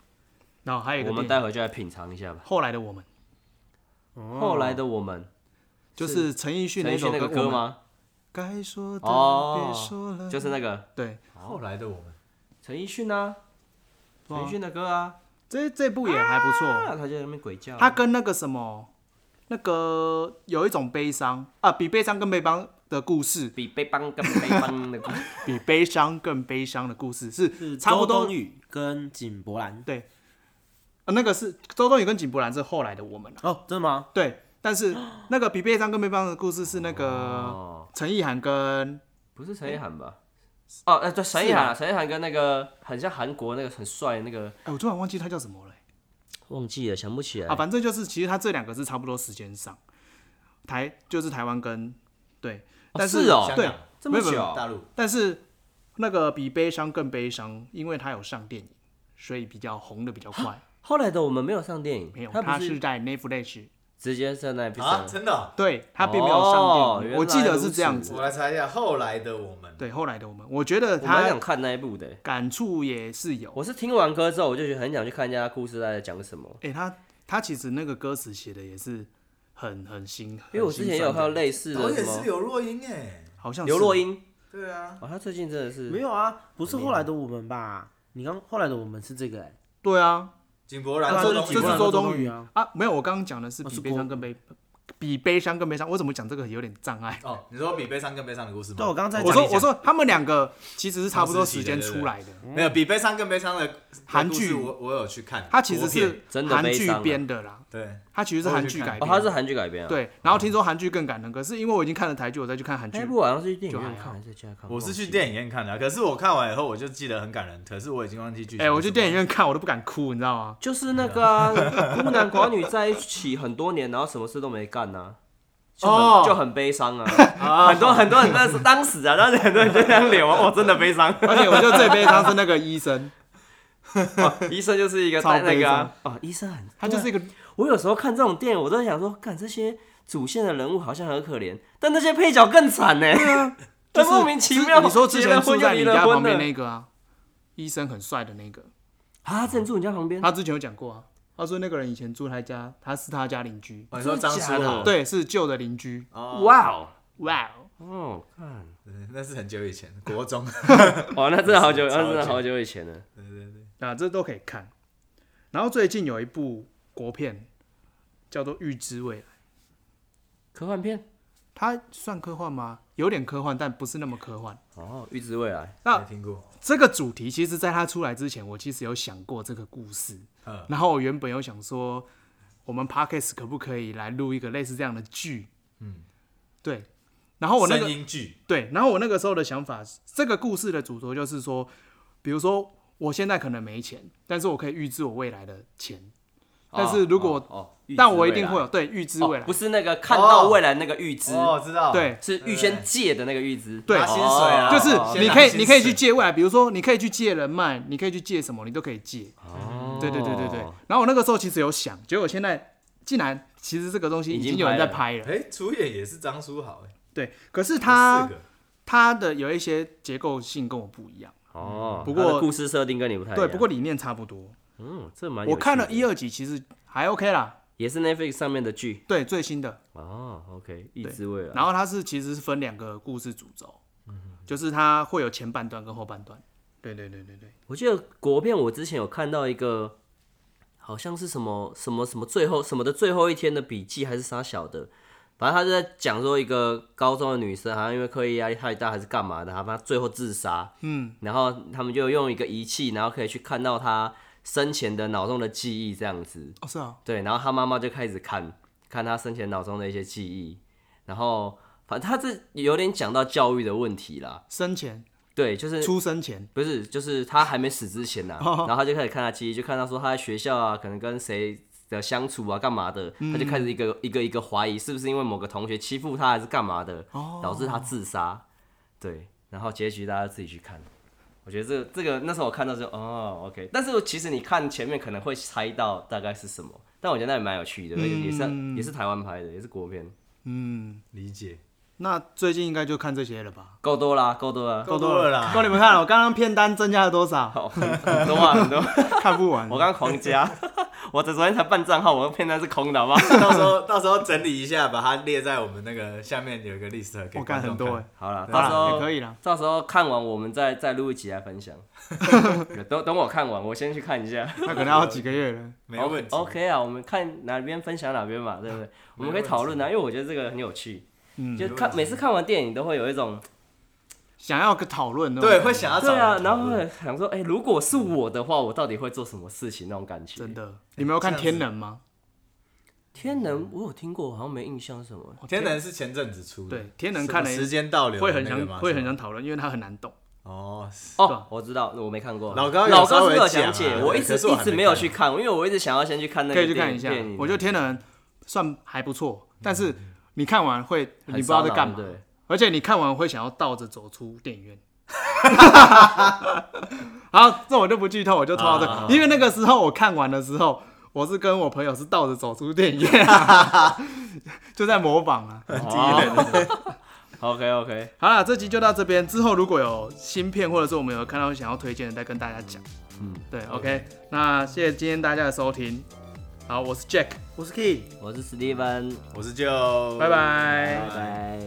S1: 然后还有一个
S3: 我们
S1: 电
S3: 待
S1: 影哦
S3: 会就来品尝一下吧。
S1: 后来的我们，
S3: 后来的我们，
S1: 就是陈奕迅
S3: 陈奕
S1: 首
S3: 迅那个
S1: 歌
S3: 歌？吗？
S1: 该说的别说
S3: 哦
S1: 了，，
S3: 就是那个
S1: 对，
S2: 后来的我们，
S3: 陈奕迅啊，陈奕迅的歌啊，
S1: 这这部也还不错。
S3: 啊，他就在那边鬼叫。
S1: 他跟那个什么，那个有一种悲伤啊，比悲伤更悲伤的故事，
S3: <laughs> 比背帮跟背帮的故事
S1: 比悲伤更悲伤的故事是
S5: 是
S1: 差不
S5: 周
S1: 多
S5: 冬。雨跟井柏然
S1: 对，呃那个是周冬雨跟井柏然是后来的我们啊
S5: 哦，真的吗？
S1: 对，
S3: <gasps>
S1: 但是那个比悲伤更悲伤的故事是那个
S3: 哦，
S1: 陈意涵跟
S3: 不是陈意涵吧？哦，哎，对，陈意涵啊，陈意涵跟那个很像韩国那个很帅的那个，
S1: 哎，我突然忘记他叫什么了。
S3: 忘记了，想不起来
S1: 啊，。反正就是其实它这两个是差不多时间上，台就是台湾跟对，但
S3: 是哦
S2: 香
S1: 对
S2: 港、
S3: 这么
S1: 没有没有
S3: 久，
S2: 大陆
S1: 但是那个比悲伤更悲伤，因为它有上电影，所以比较红的比较快。
S3: 后来的我们没有上电影，
S1: 没有，
S3: 他
S1: 它
S3: 不
S1: 是
S3: 是
S1: 在 Netflix，
S3: 直接在那边
S2: 啊，
S3: 上。
S2: 真的哦、
S1: 对，它并没有上
S3: 哦
S1: 电影，
S3: 原
S1: 我记
S3: 来
S1: 得
S3: 如
S1: 是这样
S3: 此
S1: 子
S2: 我。来查一下后来的我们。
S1: 对，后来的我们，我觉得
S3: 我蛮想
S1: 他
S3: 看那一部的，
S1: 感触也是有。
S3: 我是听完歌之后，我就觉得很想去看一下他故事在讲什么。
S1: 哎、他他其实那个歌词写的也是很很新，
S3: 因为我之前也有看到类似
S2: 导
S3: 的
S2: 演
S3: 什
S2: 哦是
S3: 么
S2: 刘若英哎，
S1: 好像是
S3: 刘若英，
S2: 对啊，
S3: 哦，他最近真的是
S5: 没有啊，不是后来的我们吧？你刚后来的我们是这个哎、
S1: 对啊，
S2: 井柏
S5: 对
S2: 然
S5: 啊
S2: 周
S5: 这
S2: 冬
S5: 是
S2: 雨
S1: 这
S5: 井柏
S1: 是
S5: 然
S1: 周
S5: 周
S1: 冬
S5: 冬
S1: 雨
S5: 雨啊
S1: 啊，没有，我刚刚讲的
S3: 哦
S1: 是比
S5: 是
S1: 悲伤更悲，比悲伤更悲伤。我怎么讲这个有点障碍？
S2: 哦，你说比悲伤更悲伤的故事吗？
S5: 对我刚刚在
S1: 我
S5: 讲
S1: 说
S5: 一讲，
S1: 我说他们两个其实是差不多
S2: 同时期
S1: 时
S2: 的
S1: 间
S2: 对对
S1: 出来的，
S2: 没有比悲伤更悲伤的
S1: 韩
S2: 故事
S1: 剧
S2: 我我有去看，
S1: 它其实
S2: 国片嗯
S1: 是
S3: 真的
S1: 韩
S3: 悲
S1: 剧
S3: 伤啊
S1: 编的啦，
S2: 对
S1: 它其实是韩剧改
S3: 哦，
S1: 编
S3: 他是
S1: 的。
S3: 韩剧改编啊。，
S1: 对，然后听说韩剧更感人，可是因为我已经看了台剧，我再去看韩剧
S3: 那，部好像是去电影
S1: 就
S3: 院
S1: 还好
S3: 看还是在家看？
S2: 我是去
S3: 影。
S2: 电影院看的，啊可是我看完以后我就记得很感人，可是我已经忘记剧情。
S1: 哎，我去电影，院看我都不敢哭，你知道吗？
S3: 就是那个
S1: <laughs>
S3: 啊孤男寡女在一起很多年，然后什么事都没干呢、就很、
S2: 哦
S3: 就很悲伤
S1: <laughs>
S3: 啊，很多很多人那是当时啊，当时很多人就这样脸
S1: <laughs>
S3: 啊，哦，真的悲伤。
S1: 而且我觉得最悲伤是那个
S3: <laughs>
S1: 医生，
S3: 医生就是一个
S1: 哦超
S3: 带那
S1: 悲
S3: 个
S1: 伤
S3: 啊、哦，医生很，
S1: 他就是一个
S3: 我有时候看这种电影，我都想说，看这些主线的人物好像很可怜，但那些配角更惨呢。
S1: 啊
S3: <laughs>
S1: 就
S3: 他
S1: 是
S3: 莫名其妙，
S1: 你说之
S3: 结了
S1: 前
S3: 婚
S1: 住
S3: 就
S1: 在
S3: 离
S1: 你
S3: 了
S1: 家
S3: 婚
S1: 旁边
S3: 的
S1: 那个啊，医生很帅的那个，
S3: 啊，之前住你家旁边，
S1: 他之前有讲过啊，他说那个人以前住他家，他是他家邻居，
S2: 哦你说张
S3: 真
S2: 书
S3: 的假
S2: 豪
S3: 的，
S1: 对，是旧的邻居。
S2: 哦，
S3: 哇哦，
S1: 哇哦，
S3: 哦，看，
S2: 嗯那是很久以 <laughs> 前，国
S1: <laughs>
S2: 中，
S3: 哇，哦那真的好久，
S2: 是
S3: 那
S2: 超
S3: 真的
S2: 级
S3: 好久以前了。
S2: 对对对，
S1: 啊，这都可以看。然后最近有一部国片叫做《预知未来》，
S3: 科幻片
S1: 它算科幻吗？有点科幻，但不是那么科幻。
S3: 哦，预知未来，
S1: 那
S2: 没听过，
S1: 这个主题其实在它出来之前，我其实有想过这个故事。
S2: 嗯
S1: 然后我原本有想说，我们 podcast 可不可以来录一个类似这样的剧？
S2: 嗯，
S1: 对。然哦后我那个
S2: 声音剧，
S1: 对，然后我那个时候的想法是，这个故事的主轴就是说，比如说我现在可能没钱，但是我可以预知我未来的钱，但是如果
S3: 哦哦预知
S1: 但我一定
S3: 未来
S1: 会有对预知
S3: 哦
S1: 未来，
S3: 不是那个看到未来那个预知，
S2: 哦，知道，
S1: 对
S3: 是预先借的那个预知。
S1: 对哦
S2: 拿薪水
S3: 哦
S2: 啊，
S1: 就是你
S2: 先拿
S1: 可以
S2: 薪
S1: 你可以
S2: 水
S1: 去借未来，比如说你可以去借人脉，你可以去借什么，你都可以借。
S3: 哦
S1: 对对对对对。然后我那个时候其实有想，结果现在竟然其实这个东西
S3: 已经
S1: 经有人在拍了，
S2: 哎，主演也是张书豪，哎，
S1: 对。可是
S2: 有
S1: 它
S2: 四个
S1: 它的有一些结构性跟我不一样，
S3: 哦，
S1: 不过
S3: 它的故事设定跟你不太一样
S1: 对，不过理念差不多。
S3: 嗯，这蛮有
S1: 我
S3: 趣
S1: 看了
S3: 的
S1: 一二集，其实还 OK 啦，
S3: 也是 Netflix 上面的剧
S1: 对最新的。
S3: 哦，OK，预知未来。
S1: 然后它是其实是分两个故事主轴，就是它会有前半段跟后半段。对对对对对，
S3: 我记得国片，我之前有看到一个，好像是什么什么什么最后什么的最后一天的笔记还是啥小的，反正他就在讲说一个高中的女生，好像因为课业压力太大还是干嘛的，她她最后自杀，嗯，然后他们就用一个仪器，然后可以去看到她生前的脑中的记忆这样子，
S1: 哦是啊，
S3: 对，然后他妈妈就开始看看他生前脑中的一些记忆，然后反正他这有点讲到教育的问题啦，
S1: 生前
S3: 对，就是
S1: 出生前，
S3: 不是，就是他还没死之前呐、然后他就开始看他记忆，就看到说他在学校啊，可能跟谁的相处啊，干嘛的，他就开始一个一个一个怀疑，是不是因为某个同学欺负他，还是干嘛的，导致他自杀。对，然后结局大家自己去看。我觉得这个这个那时候我看到就哦，OK，但是其实你看前面可能会猜到大概是什么，但我觉得那也蛮有趣的，而且也是也是台湾拍的，也是国片，
S2: 理解，
S1: 那最近应该就看这些了吧？
S3: 够多啦，够多啦， <laughs>
S2: 够多了啦，
S1: 够哦你们看了，我刚刚片单增加了多少？
S3: 好，很很多啊，很多。
S1: 看不完。
S3: <laughs> 我刚刚狂加，我昨天才办账号，我的片单是空的，好不好？
S2: <laughs> 到时候到时候整理一下，把它列在我们那个下面有一个 list 给
S1: 我
S2: 观
S1: 看
S2: 众
S1: 很多哎、
S3: 好了，
S1: 好
S3: 到时
S1: 啦，
S3: 候
S1: 也可以啦。
S3: 到时候看完我们再再录一集来分享。等等我看完，我先去看一下。
S1: 那可能要几个月了。
S2: 没问题。
S3: OK 啊，我们看哪边分享哪边嘛，对不对？我们可以讨论啊，因为我觉得这个很有趣。嗯，就看每次看完电影都会有一种
S1: 想要个讨论哦。
S2: 对，会想要找
S3: 对啊，
S2: 人讨
S3: 然后
S2: 论
S3: 会想说，哎、如果是我的话，我到底会做什么事情那种感觉。
S1: 真，的，你没有看《天能》吗？
S3: 天能我有听过，我好像没印象是什么。
S2: 哦天能是前阵子出的，
S1: 哦对天能看了
S2: 什么时间倒流的
S1: 会很
S2: 那个吗
S1: 想，会很
S2: 是吗
S1: 想讨论，因为它很难懂。
S2: 哦，
S3: 哦，我知道，我没看过。
S2: 老高有
S3: 老
S2: 稍
S3: 高
S2: 微
S3: 是不是有
S2: 讲啊
S3: 讲解？
S2: 对
S3: 我一直
S2: 可是我
S3: 一
S2: 还
S3: 直
S2: 没
S3: 没有
S2: 看
S3: 去看，因为我一直想要先去看那个
S1: 可以去
S3: 电
S1: 看一下
S3: 电影。。
S1: 我觉得《天能》算还不错，但是你看完会你不知道在干嘛， <laughs>
S3: 对，
S1: 而且你看完会想要倒着走出
S2: <laughs>
S1: 电影院。好，这我就不剧透，我就拖到这
S2: 啊啊啊
S1: 因为那个时候我看完的时候，我是跟我朋友是倒着走出电
S2: <laughs>
S1: 影院，就在模仿啊。
S3: <laughs> OK OK，
S1: 好了，这集就到这边。之后如果有新片，或者是我们有看到想要推荐的，再跟大家讲。嗯，对，OK。那谢谢今天大家的收听。好，我是 Jack，
S5: 我是 Key。
S3: 我是 Steven，
S2: 我是就
S1: 拜
S3: 拜
S1: 拜。
S3: 拜。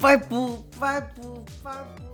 S5: 拜不拜不拜不。